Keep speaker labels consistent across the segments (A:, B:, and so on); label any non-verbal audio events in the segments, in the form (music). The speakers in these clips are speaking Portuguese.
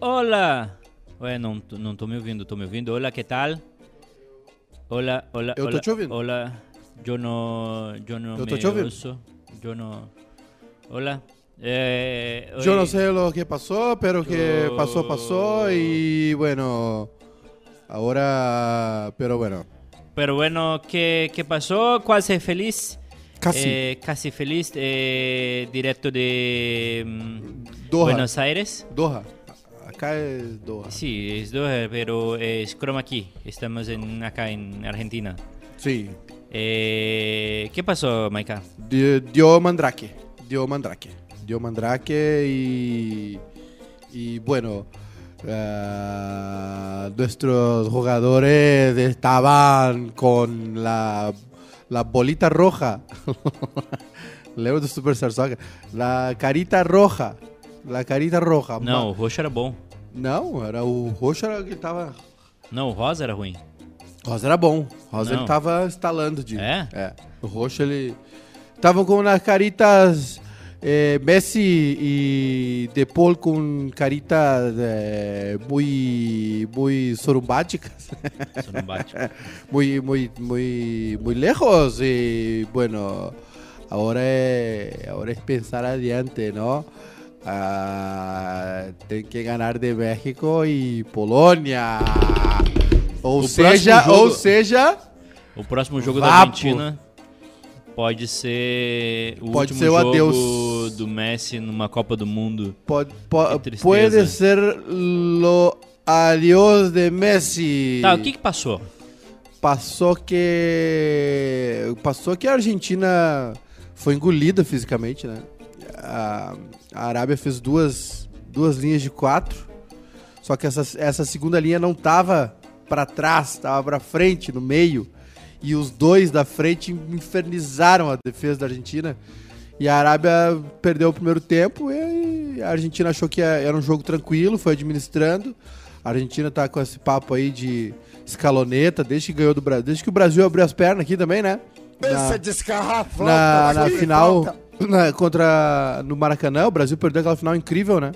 A: Hola. Ué, não, t- não tô me ouvindo, tô me ouvindo. Hola, que tal? Hola, hola,
B: Eu tô
A: hola,
B: te ouvindo.
A: Hola. Yo no, yo no
B: Eu
A: me
B: tô te ouvindo.
A: ouço. Yo no... Hola. Eh,
B: Yo
A: oi.
B: no sé lo que pasó, pero que
A: Yo-
B: pasó, pasó y bueno, ahora, pero bueno,
A: Pero bueno, ¿qué, qué pasó? Quase feliz.
B: casi
A: Eh, casi feliz. eh, directo de mm,
B: Doha,
A: Buenos Aires.
B: Doha, acá es Doha, sí,
A: Sí, es Doha, pero es Chroma Key. Estamos en, acá en Argentina. Eh, ¿Qué pasó, Maika?
B: Di- dio Mandrake, dio Mandrake, dio Mandrake y, y bueno, ah, nuestros jugadores estaban con la, la bolita roja, (laughs) leo de Superstar Soccer, la carita roja, la carita roja.
A: Não, o
B: Ma-
A: roxo era bom.
B: Não, era o roxo era que tava...
A: Não, o rosa era ruim.
B: Rosa era bom. Rosa
A: Não.
B: ele tava estalando de.
A: É?
B: O roxo ele. Tava com as caritas. eh, Messi e De Paul com caritas eh, muito, muito sorumbáticas, (laughs)
A: Isso não bate.
B: muito, muito, muito, muito lejos e, bueno, agora é, agora é pensar adiante, não? Ah, tem que ganhar de México e Polônia. Ou
A: O
B: seja,
A: próximo jogo-
B: ou seja,
A: O próximo jogo da
B: Vapo.
A: Argentina pode ser o
B: Pode
A: último
B: ser o
A: jogo
B: adeus.
A: do Messi numa Copa do Mundo.
B: Pod- po-
A: Qué tristeza.
B: puede ser lo adiós de Messi.
A: Tá, o que que passou?
B: Passou que. Passou que a Argentina foi engolida fisicamente, né? A, a Arábia fez duas, duas linhas de quatro. Só que essa, essa segunda linha não tava pra trás, tava pra frente, no meio. E os dois da frente infernizaram a defesa da Argentina. E a Arábia perdeu o primeiro tempo e a Argentina achou que era um jogo tranquilo, foi administrando. A Argentina tá com esse papo aí de escaloneta, desde que ganhou do Brasil, desde que o Brasil abriu as pernas aqui também, né?
C: Pensa
B: Na-
C: descarrafada.
B: na, na final na- contra no Maracanã, o Brasil perdeu aquela final incrível, né?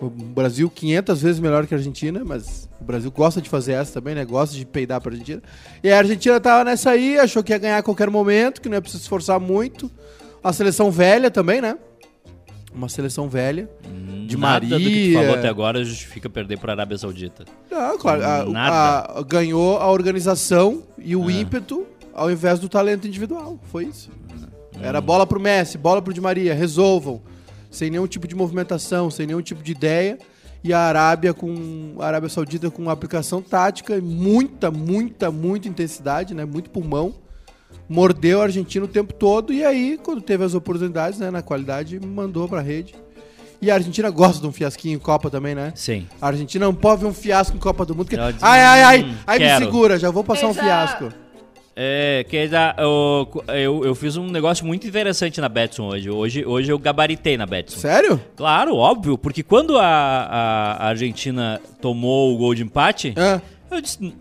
B: O Brasil 500 vezes melhor que a Argentina, mas o Brasil gosta de fazer essa também, né? Gosta de peidar pra Argentina. E a Argentina tava nessa aí, achou que ia ganhar a qualquer momento, que não ia precisar se esforçar muito. Uma seleção velha também, né? Uma seleção velha. De
A: Nada do que tu
B: Maria.
A: falou até agora justifica perder para a Arábia Saudita.
B: Não, claro. a-
A: Nada.
B: a- ganhou a organização e o
A: Ah.
B: ímpeto ao invés do talento individual. Foi isso.
A: Uhum.
B: Era bola pro Messi, bola pro Di Maria, resolvam. Sem nenhum tipo de movimentação, sem nenhum tipo de ideia. E a Arábia com. A Arábia Saudita com uma aplicação tática e muita, muita, muita intensidade, né? Muito pulmão. Mordeu a Argentina o tempo todo e aí, quando teve as oportunidades, né, na qualidade, mandou pra rede. E a Argentina gosta de um fiasquinho em Copa também, né?
A: Sim.
B: A Argentina não pode ver um fiasco em Copa do Mundo. Que...
A: Ela
B: Ai,
A: diz,
B: ai, ai,
A: "Hum,
B: ai, me
A: quero."
B: segura, já vou passar um fiasco.
A: É, que já, eu, eu, eu fiz um negócio muito interessante na Betson hoje. Hoje, hoje eu gabaritei na Betson.
B: Sério?
A: Claro, óbvio, porque quando a, a- a Argentina tomou o gol de empate,
B: Hã?
A: eu disse.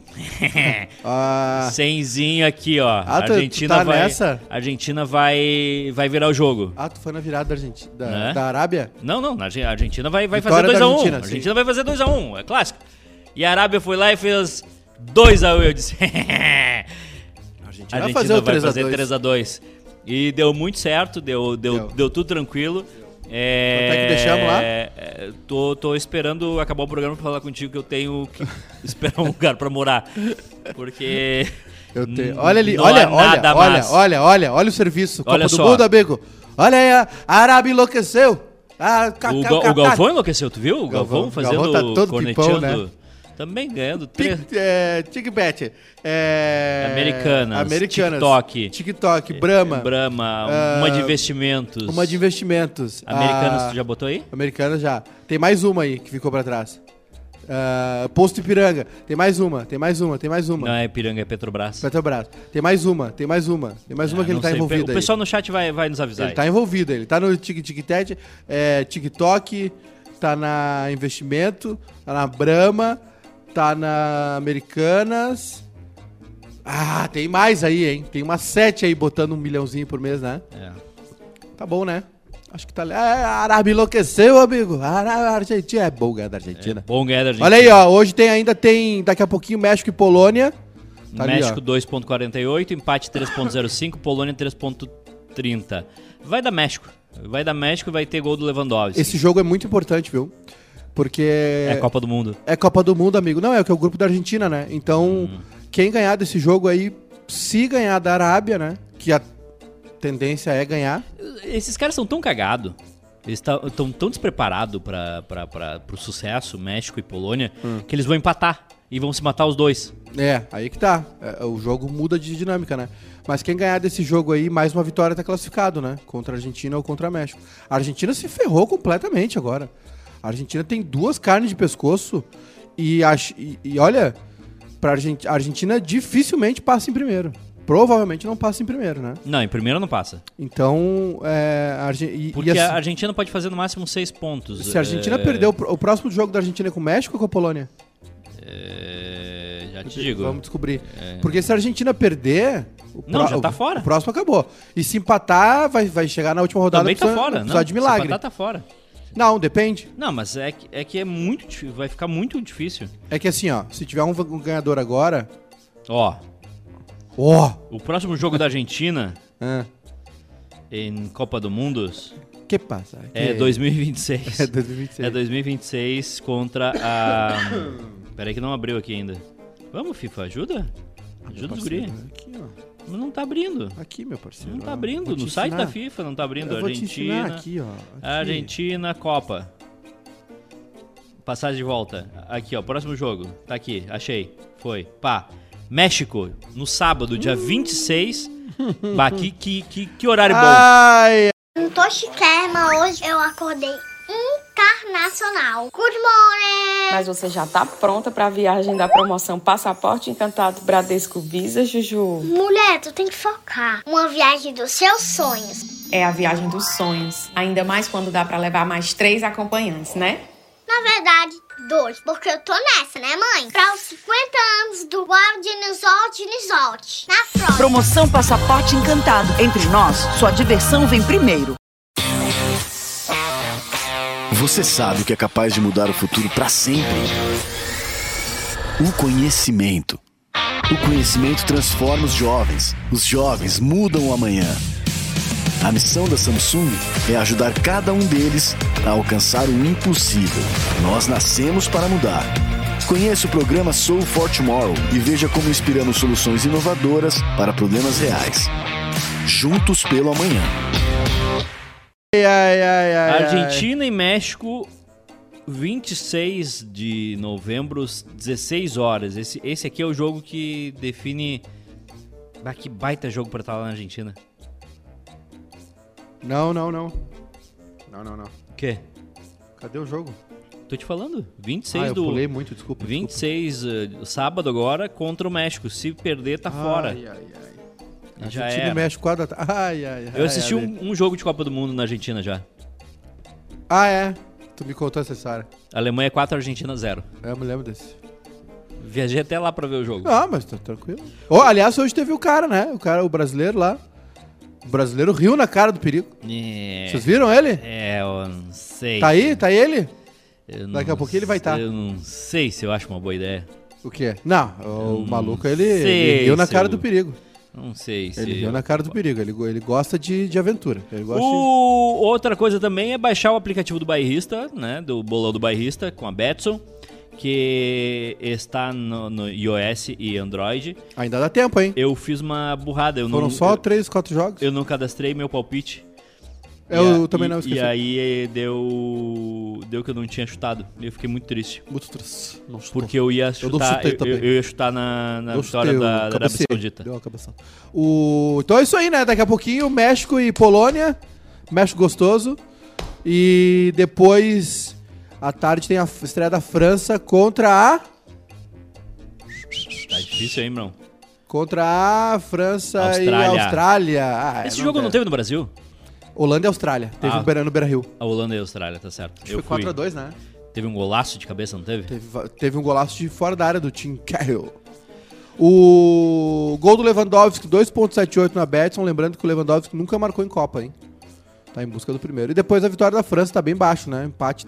B: Ah,
A: Senzinho aqui, ó.
B: Ah, tu- tu
A: Argentina
B: tá
A: vai,
B: nessa?
A: Argentina vai, vai virar o jogo.
B: ah, tu foi na virada da Argentina, da,
A: Né?
B: da Arábia?
A: Não, não, a Arge- a Argentina vai, vai fazer
B: Vitória
A: 2x1.
B: da
A: A, um.
B: Argentina,
A: A Argentina vai fazer 2x1, é clássico. E a Arábia foi lá e fez 2x1. Eu disse. (laughs) A
B: A Argentina, vai
A: Argentina
B: fazer o
A: vai
B: 3 a
A: fazer
B: 2
A: 3x2. E deu muito certo, deu, deu,
B: Deu.
A: deu. tudo tranquilo.
B: Quanto é
A: É,
B: que deixamos lá?
A: é, tô, tô esperando acabar o programa pra falar contigo que eu tenho que (laughs) esperar um lugar pra morar. Porque.
B: Eu te...
A: Hum,
B: Olha ali,
A: não
B: olha,
A: há
B: olha,
A: nada
B: olha,
A: mais.
B: olha, olha, olha o serviço. Copa
A: Olha
B: do
A: só.
B: Mundo, amigo. Olha aí, a a Arábia enlouqueceu. Ah, ca-
A: O,
B: ca-
A: Gal-
B: ca-
A: o Galvão é enlouqueceu, tu viu? O
B: Galvão-
A: Galvão,
B: Galvão
A: fazendo,
B: tá todo
A: corneteando.
B: pimpão, né?
A: Também ganhando três.
B: Tic, é, Tic Bet. É,
A: Americanas,
B: Americanas.
A: TikTok.
B: TikTok, Brahma.
A: Brahma,
B: Ah,
A: uma de investimentos.
B: Uma de investimentos.
A: Americanos,
B: Ah,
A: tu já botou aí?
B: Americana já. Tem mais uma aí que ficou pra trás. Ah, Posto Ipiranga. Tem mais uma, tem mais uma, tem mais uma.
A: Não, é Piranga, é Petrobras.
B: Petrobras. Tem mais uma, tem mais uma. Tem mais uma
A: Ah,
B: que ele
A: não
B: tá
A: sei,
B: envolvido
A: O
B: aí.
A: pessoal no chat vai, vai nos avisar.
B: Ele tá envolvido, ele tá no Tic Tic Tet, é, TikTok, tá na Investimento, tá na Brahma, tá na Americanas. Ah, tem mais aí, hein? Tem umas sete aí botando um milhãozinho por mês, né?
A: aí. É.
B: Tá bom, né? Acho que tá ali. É, a Arábia enlouqueceu, amigo. A Arábia, a Argentina. É bom ganhar da Argentina.
A: Bom ganhar da Argentina.
B: Olha aí, ó. Hoje tem, ainda tem, daqui a pouquinho, México e Polônia. Tá ali,
A: México
B: ó.
A: 2.48, empate 3.05, Polônia 3.30. Vai dar México. Vai dar México e vai ter gol do Lewandowski.
B: Esse jogo é muito importante, viu? Porque
A: É a Copa do Mundo.
B: É Copa do Mundo, amigo. Não, é que é o grupo da Argentina, né? Então,
A: Uhum.
B: quem ganhar desse jogo aí, se ganhar da Arábia, né? Que a tendência é ganhar.
A: Esses caras são tão cagados. Eles estão tão despreparados para o sucesso, México e Polônia,
B: Hum.
A: que eles vão empatar e vão se matar os dois.
B: É, aí que tá. É, o jogo muda de dinâmica, né? Mas quem ganhar desse jogo aí, mais uma vitória tá classificado, né? Contra a Argentina ou contra a México. A Argentina se ferrou completamente agora. A Argentina tem duas carnes de pescoço e, ach- e, e olha, pra Argen- a Argentina dificilmente passa em primeiro. Provavelmente não passa em primeiro, né?
A: Não, em primeiro não passa.
B: Então, é, a Argen- e- e
A: Porque
B: assim-
A: a Argentina pode fazer no máximo seis pontos.
B: Se a Argentina
A: É,
B: perder o, pr- o próximo jogo da Argentina é com o México ou com a Polônia?
A: é, já te digo. É.
B: Vamos descobrir. Porque se a Argentina perder. O
A: Não,
B: pró-
A: já tá
B: o-
A: fora.
B: O próximo acabou. E se empatar, vai, vai chegar na última rodada
A: Também tá
B: precisa-
A: fora,
B: precisar
A: não.
B: de milagre.
A: Se empatar, tá fora.
B: Não, depende.
A: Não, mas é que é, que é muito difí- vai ficar muito difícil.
B: É que assim, ó, se tiver um, va- um ganhador agora.
A: Ó,
B: Ó!
A: o próximo jogo da Argentina
B: Ah,
A: em Copa do Mundo
B: que passa?
A: é
B: Que-
A: 2026.
B: (laughs) É 2026.
A: É 2026 contra a. (coughs) Peraí que não abriu aqui ainda. Vamos, FIFA, ajuda? Ajuda os guri.
B: Aqui, ó.
A: Mas não tá abrindo.
B: Aqui, meu parceiro.
A: Não tá
B: ó.
A: abrindo.
B: Vou te
A: No site
B: ensinar.
A: da FIFA não tá abrindo.
B: Eu vou te ensinar
A: Argentina.
B: aqui, ó. Aqui.
A: Argentina, Copa. Passagem de volta. Aqui, ó. Próximo jogo. Tá aqui. Achei. Foi. Pá. México, no sábado, dia 26. Bah, que, que, que, que horário bom.
B: Ai,
C: Não tô chiquérrima Um hoje, eu acordei encarnacional. Good morning!
D: Mas você já tá pronta pra viagem da promoção Passaporte Encantado Bradesco Visa, Juju?
C: Mulher, tu tem que focar. Uma viagem dos seus sonhos.
D: É a viagem dos sonhos. Ainda mais quando dá pra levar mais três acompanhantes, né?
C: Na verdade, dois, porque eu tô nessa, né, mãe? Pra os 50 anos do Wild Nisote Nisote. Na frota.
E: Promoção Passaporte Encantado. Entre nós, sua diversão vem primeiro.
F: Você sabe o que é capaz de mudar o futuro para sempre? O conhecimento. O conhecimento transforma os jovens. Os jovens mudam o amanhã. A missão da Samsung é ajudar cada um deles a alcançar o impossível. Nós nascemos para mudar. Conheça o programa Soul for Tomorrow e veja como inspiramos soluções inovadoras para problemas reais. Juntos pelo amanhã.
B: ai, ai, ai.
A: Argentina e México, 26 de novembro, às 16 horas. Esse, esse aqui é o jogo que define. Bah, que baita jogo pra estar lá na Argentina.
B: Não, não, não. Não, não, não.
A: O quê?
B: Cadê o jogo?
A: Tô te falando. 26
B: Ah, eu
A: do.
B: pulei muito, desculpa. desculpa.
A: 26, eh, sábado agora, contra o México. Se perder, tá fora.
B: Ai, ai, ai.
A: Já
B: Argentina
A: era.
B: e México, quadra... (laughs) Ai, ai, ai.
A: Eu assisti
B: ai,
A: um, um jogo de Copa do Mundo na Argentina já.
B: Ah, é? Tu me contou essa história.
A: Alemanha 4, Argentina 0.
B: Eu me lembro desse.
A: Viajei até lá pra ver o jogo.
B: Ah, mas tá tranquilo. Ô, aliás, hoje teve o cara, né? O cara, o brasileiro lá. O brasileiro riu na cara do perigo.
A: É,
B: Vocês viram ele?
A: é, eu não sei.
B: Tá aí? Tá aí ele?
A: Eu
B: Daqui a
A: não
B: pouquinho ele vai
A: sei-
B: tá.
A: Eu não sei se eu acho uma boa ideia.
B: O quê? Não, o maluco, ele,
A: Hum, sei,
B: ele riu na cara
A: seu-
B: do perigo.
A: Não sei se.
B: Ele riu na cara do perigo. Ele, ele gosta de, de aventura. Ele gosta
A: Uh!
B: de...
A: O- Outra coisa também é baixar o aplicativo do bairrista, né? Do bolão do bairrista com a Betson, que está no, no iOS e Android.
B: Ainda dá tempo, hein?
A: Eu fiz uma burrada, eu
B: Foram
A: não
B: só
A: eu,
B: três, quatro jogos.
A: eu não cadastrei meu palpite.
B: Eu,
A: E a-
B: também
A: e-
B: não esqueci.
A: E aí eh, deu deu que eu não tinha chutado. E eu fiquei muito triste.
B: Muito triste. Não chutou.
A: Porque eu ia
B: Eu não
A: chutar.
B: chutei
A: Eu, eu,
B: também.
A: eu ia chutar na, na
B: Eu
A: vitória
B: chutei, eu
A: da, da Arábia
B: cabecei.
A: Saudita.
B: Deu uma cabeçada. O... Então é isso aí, né? Daqui a pouquinho, México e Polônia. México gostoso. E depois, à tarde, tem a f- estreia da França contra a...
A: Tá difícil, hein, irmão?
B: Contra a França e
A: Austrália.
B: Austrália. Ah, é,
A: Esse jogo não
B: tem-
A: teve no Brasil?
B: Holanda e Austrália. Teve
A: Ah.
B: um Beira- no Beira-Rio.
A: A Holanda e a Austrália, tá certo.
B: Acho que
A: fui.
B: foi 4x2, né?
A: Teve um golaço de cabeça, não teve?
B: Teve, va- teve um golaço de fora da área do Tim Cahill. O gol do Lewandowski, 2.78 na Betson. Lembrando que o Lewandowski nunca marcou em Copa, hein? Tá em busca do primeiro. E depois a vitória da França tá bem baixo, né? Empate.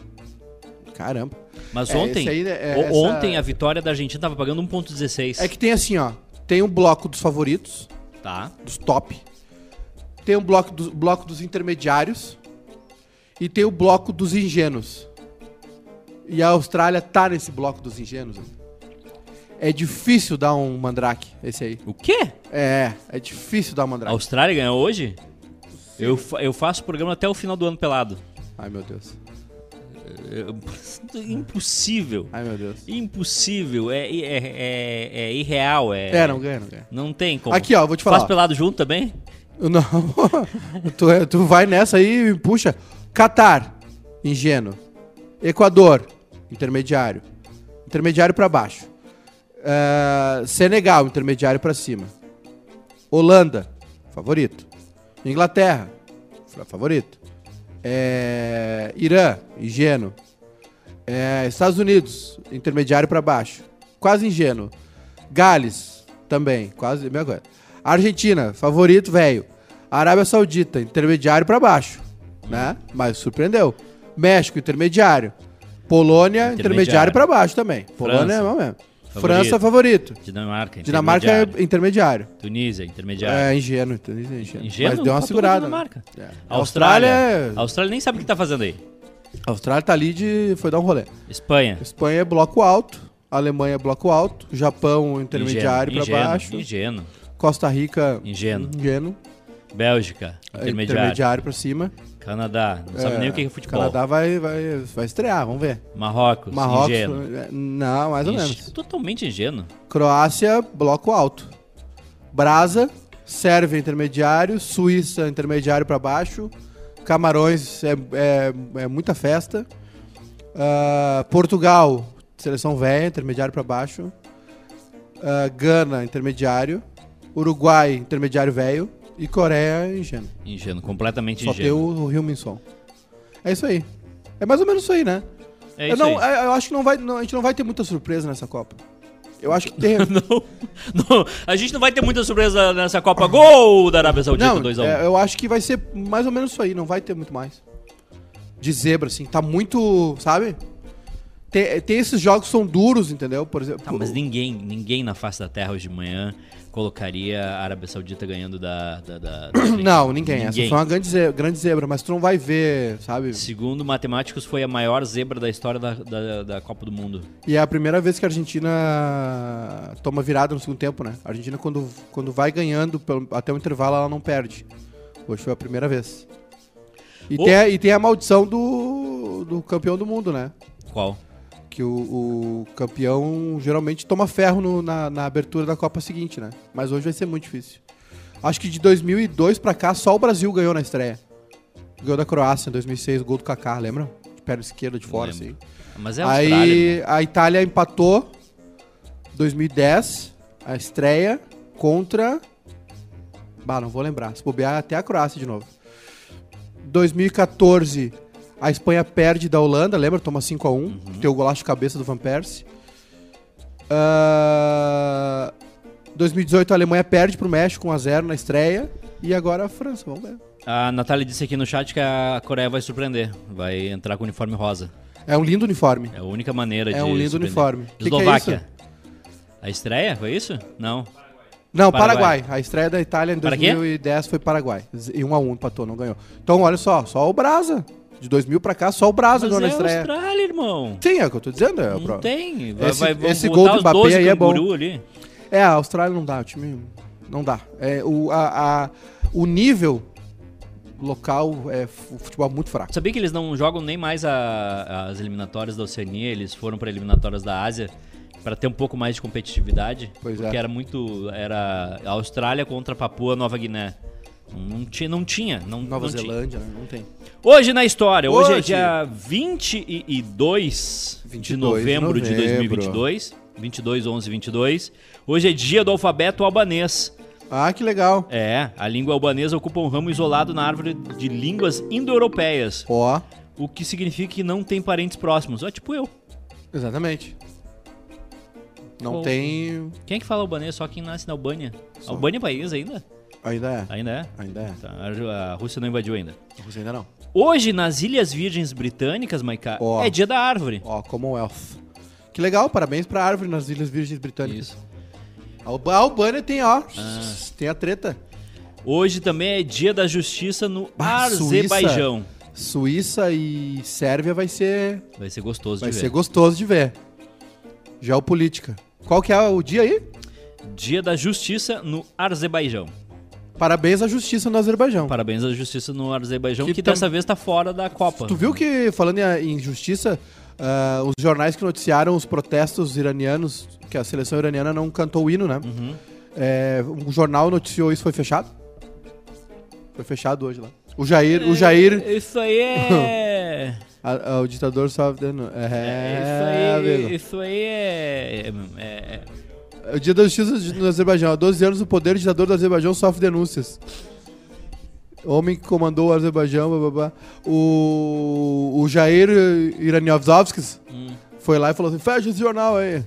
B: Caramba.
A: Mas
B: É,
A: ontem,
B: esse aí, né, é,
A: o-
B: essa-
A: ontem a vitória da Argentina tava pagando 1.16.
B: É que tem assim, ó. Tem um bloco dos favoritos,
A: Tá.
B: dos top. Tem um bloco, do, bloco dos intermediários. E tem o bloco dos ingênuos. E a Austrália tá nesse bloco dos ingênuos. É difícil dar um mandrake, esse aí.
A: O quê?
B: É, é difícil dar um
A: A
B: mandrake.
A: Austrália ganhou hoje? Eu, fa- eu faço o programa até o final do ano
B: (laughs)
A: pelado.
B: Ai, meu Deus.
A: É, Impossível.
B: Ai, meu Deus.
A: Impossível. É, é, é, é irreal. É,
B: É, não ganha, não ganha.
A: Não tem como.
B: Aqui, ó, vou te falar,
A: Faz
B: ó.
A: pelado junto também?
B: Não, (laughs) tu, é- tu vai nessa aí e me puxa. Catar, ingênuo. Equador, intermediário. Intermediário pra baixo. Eh, Senegal, intermediário pra cima. Holanda, favorito. Inglaterra, fra- favorito. Eh, Irã, ingênuo. Eh, Estados Unidos, intermediário pra baixo. Quase ingênuo. Gales, também, quase a mesma coisa. Argentina, favorito, velho. Arábia Saudita, intermediário pra baixo, né? Mas surpreendeu. México, intermediário. Polônia,
A: Intermediário.
B: intermediário pra baixo também. Polônia é
A: França.
B: mal mesmo.
A: Favorito.
B: França, é favorito.
A: Dinamarca.
B: Dinamarca
A: intermediário.
B: é intermediário.
A: Tunísia, intermediário.
B: É, ingênuo, então, ingênuo.
A: Ingênuo,
B: Mas deu uma
A: tá tudo
B: segurada.
A: Dinamarca.
B: né? É.
A: Austrália.
B: Austrália, é-
A: A Austrália nem sabe o que tá fazendo aí.
B: a Austrália tá ali de. foi dar um rolê.
A: Espanha.
B: Espanha é bloco alto, Alemanha é bloco alto, Japão intermediário
A: Ingênuo,
B: pra
A: ingênuo,
B: baixo,
A: Ingênuo.
B: Costa Rica
A: Ingênuo.
B: ingênuo é
A: Bélgica, intermediário.
B: intermediário pra cima.
A: Canadá, não sabe
B: É,
A: nem o que é futebol.
B: Canadá vai, vai, vai estrear, vamos ver.
A: Marrocos,
B: Marrocos,
A: ingênuo.
B: é, não, mais ou
A: Inge-
B: menos.
A: Totalmente ingênuo.
B: Croácia, bloco alto. Brasa, Sérvia intermediário, Suíça intermediário pra baixo, Camarões é, é- é muita festa, Ah, Portugal, seleção velha, intermediário pra baixo, Ah, Gana intermediário, Uruguai intermediário velho e Coreia ingênuo.
A: Ingênuo, completamente
B: Só tem
A: ingênuo.
B: o Rio Minson. É isso aí. É mais ou menos isso aí, né?
A: É
B: eu,
A: isso
B: não,
A: aí.
B: eu- eu acho que não vai, não- a gente não vai ter muita surpresa nessa Copa. Eu acho que
A: (laughs)
B: tem.
A: Não, (laughs) não, a gente não vai ter muita surpresa nessa Copa Gol da Arábia Saudita
B: Não,
A: 2x1.
B: é, eu acho que vai ser mais ou menos isso aí, não vai ter muito mais. De zebra, assim, tá muito, sabe? Tem, tem esses jogos que são duros, entendeu? Por exemplo.
A: Tá, mas ninguém, ninguém na face da terra hoje de manhã colocaria a Arábia Saudita ganhando da. da, da-
B: (coughs)
A: da Argentina.
B: Não, ninguém. Essa foi uma grande ze- grande zebra, mas tu não vai ver, sabe?
A: Segundo matemáticos, foi a maior zebra da história da, da, da Copa do Mundo.
B: E é a primeira vez que a Argentina toma virada no segundo tempo, né? A Argentina, quando, quando vai ganhando pelo- até o intervalo, ela não perde. Hoje foi a primeira vez. E,
A: Ô.
B: tem, a, e tem a maldição do, do campeão do mundo, né?
A: Qual?
B: Que o, o campeão geralmente toma ferro no- na, na abertura da Copa seguinte, né? Mas hoje vai ser muito difícil. Acho que de 2002 pra cá, só o Brasil ganhou na estreia. Ganhou da Croácia em 2006, gol do Kaká, lembra? De perna esquerda de fora,
A: Lembro.
B: assim.
A: Mas é a Austrália.
B: Aí a Itália empatou 2010, a estreia contra. Bah, não vou lembrar. Se bobear até a Croácia de novo. 2014, a Espanha perde da Holanda, lembra? Toma 5x1. Tem o golaço de cabeça do Van Persie. Ah, 2018, a Alemanha perde pro México 1x0 na estreia. E agora a França, vamos ver.
A: A Natália disse aqui no chat que a Coreia vai surpreender. Vai entrar com o uniforme rosa.
B: É um lindo uniforme.
A: É a única maneira de.
B: É um lindo
A: surpreender.
B: uniforme. Que que é
A: Eslováquia. a estreia? Foi isso? Não.
B: Não,
A: Paraguai.
B: Paraguai. A estreia da Itália em
A: Para quê?
B: 2010 foi Paraguai. Z- E 1 a 1 empatou, não ganhou. Então, olha só, só o Brasa. De 2000 pra cá, só o Brasa
A: Mas é
B: ganhou na estreia.
A: Austrália, irmão.
B: Sim, é o que eu tô dizendo. É, o
A: Não
B: pro-
A: tem. Vai,
B: Esse-
A: vai, vão
B: esse
A: botar
B: gol do
A: os 12
B: Mbappé aí é bom.
A: canguru ali.
B: É, a Austrália não dá, o time não dá. É, o, a- a- o nível local, é, f- o futebol é muito fraco.
A: Sabia que eles não jogam nem mais a- as eliminatórias da Oceania, eles foram para eliminatórias da Ásia para ter um pouco mais de competitividade,
B: Pois é.
A: porque era muito era a Austrália contra Papua Nova Guiné. Não tinha, não tinha, não,
B: Nova
A: não tinha.
B: Zelândia, né? não tem.
A: Hoje na história, hoje, é
B: Hoje.
A: dia 22 de
B: 22
A: novembro de
B: de novembro.
A: 2022, 22 11 22. Hoje é dia do alfabeto albanês.
B: Ah, que legal.
A: É, a língua albanesa ocupa um ramo isolado na árvore de línguas indo-europeias.
B: Ó,
A: O que significa que não tem parentes próximos. Ó, tipo eu.
B: exatamente. Não
A: Bom.
B: tem.
A: Quem é que fala albanês? Só quem nasce na Albânia. Albânia é país ainda?
B: Ainda é.
A: Ainda é?
B: Ainda é.
A: Tá, a Ju- a Rússia não invadiu ainda.
B: A Rússia ainda não.
A: Hoje, nas Ilhas Virgens Britânicas, Maiká,
B: Ó.
A: é dia da árvore.
B: Ó, Commonwealth. Que legal, parabéns pra árvore nas Ilhas Virgens Britânicas.
A: Isso. Ah.
B: A Alb- a Albânia tem, ó. Tem a treta.
A: Hoje também é dia da justiça no
B: Bah, Ah, Suíça.
A: Azerbaijão.
B: Suíça e Sérvia vai ser,
A: Vai ser gostoso
B: vai
A: de
B: ser
A: ver.
B: gostoso de ver. Geopolítica. Qual que é o dia aí?
A: Dia da justiça no Azerbaijão.
B: Parabéns à justiça no Azerbaijão.
A: Parabéns à justiça no Azerbaijão, que,
B: Que tam-
A: dessa vez tá fora da Copa.
B: Tu viu que, falando em em justiça, ah, os jornais que noticiaram os protestos iranianos, que a seleção iraniana não cantou o hino, né?
A: Uhum.
B: É, um jornal noticiou isso, foi fechado. Foi fechado hoje lá. O Jair, o Jair,
A: Isso aí é.
B: a- a- o ditador só... (laughs) É,
A: isso aí,
B: amigo.
A: isso aí é. é- é-
B: É O dia da justiça no Azerbaijão. Há 12 anos, o poder ditador do Azerbaijão sofre denúncias. Homem que comandou o Azerbaijão, blá, blá, blá. O, o Jair eh, Iraniovzovski
A: Hum.
B: foi lá e falou assim: fecha esse jornal aí.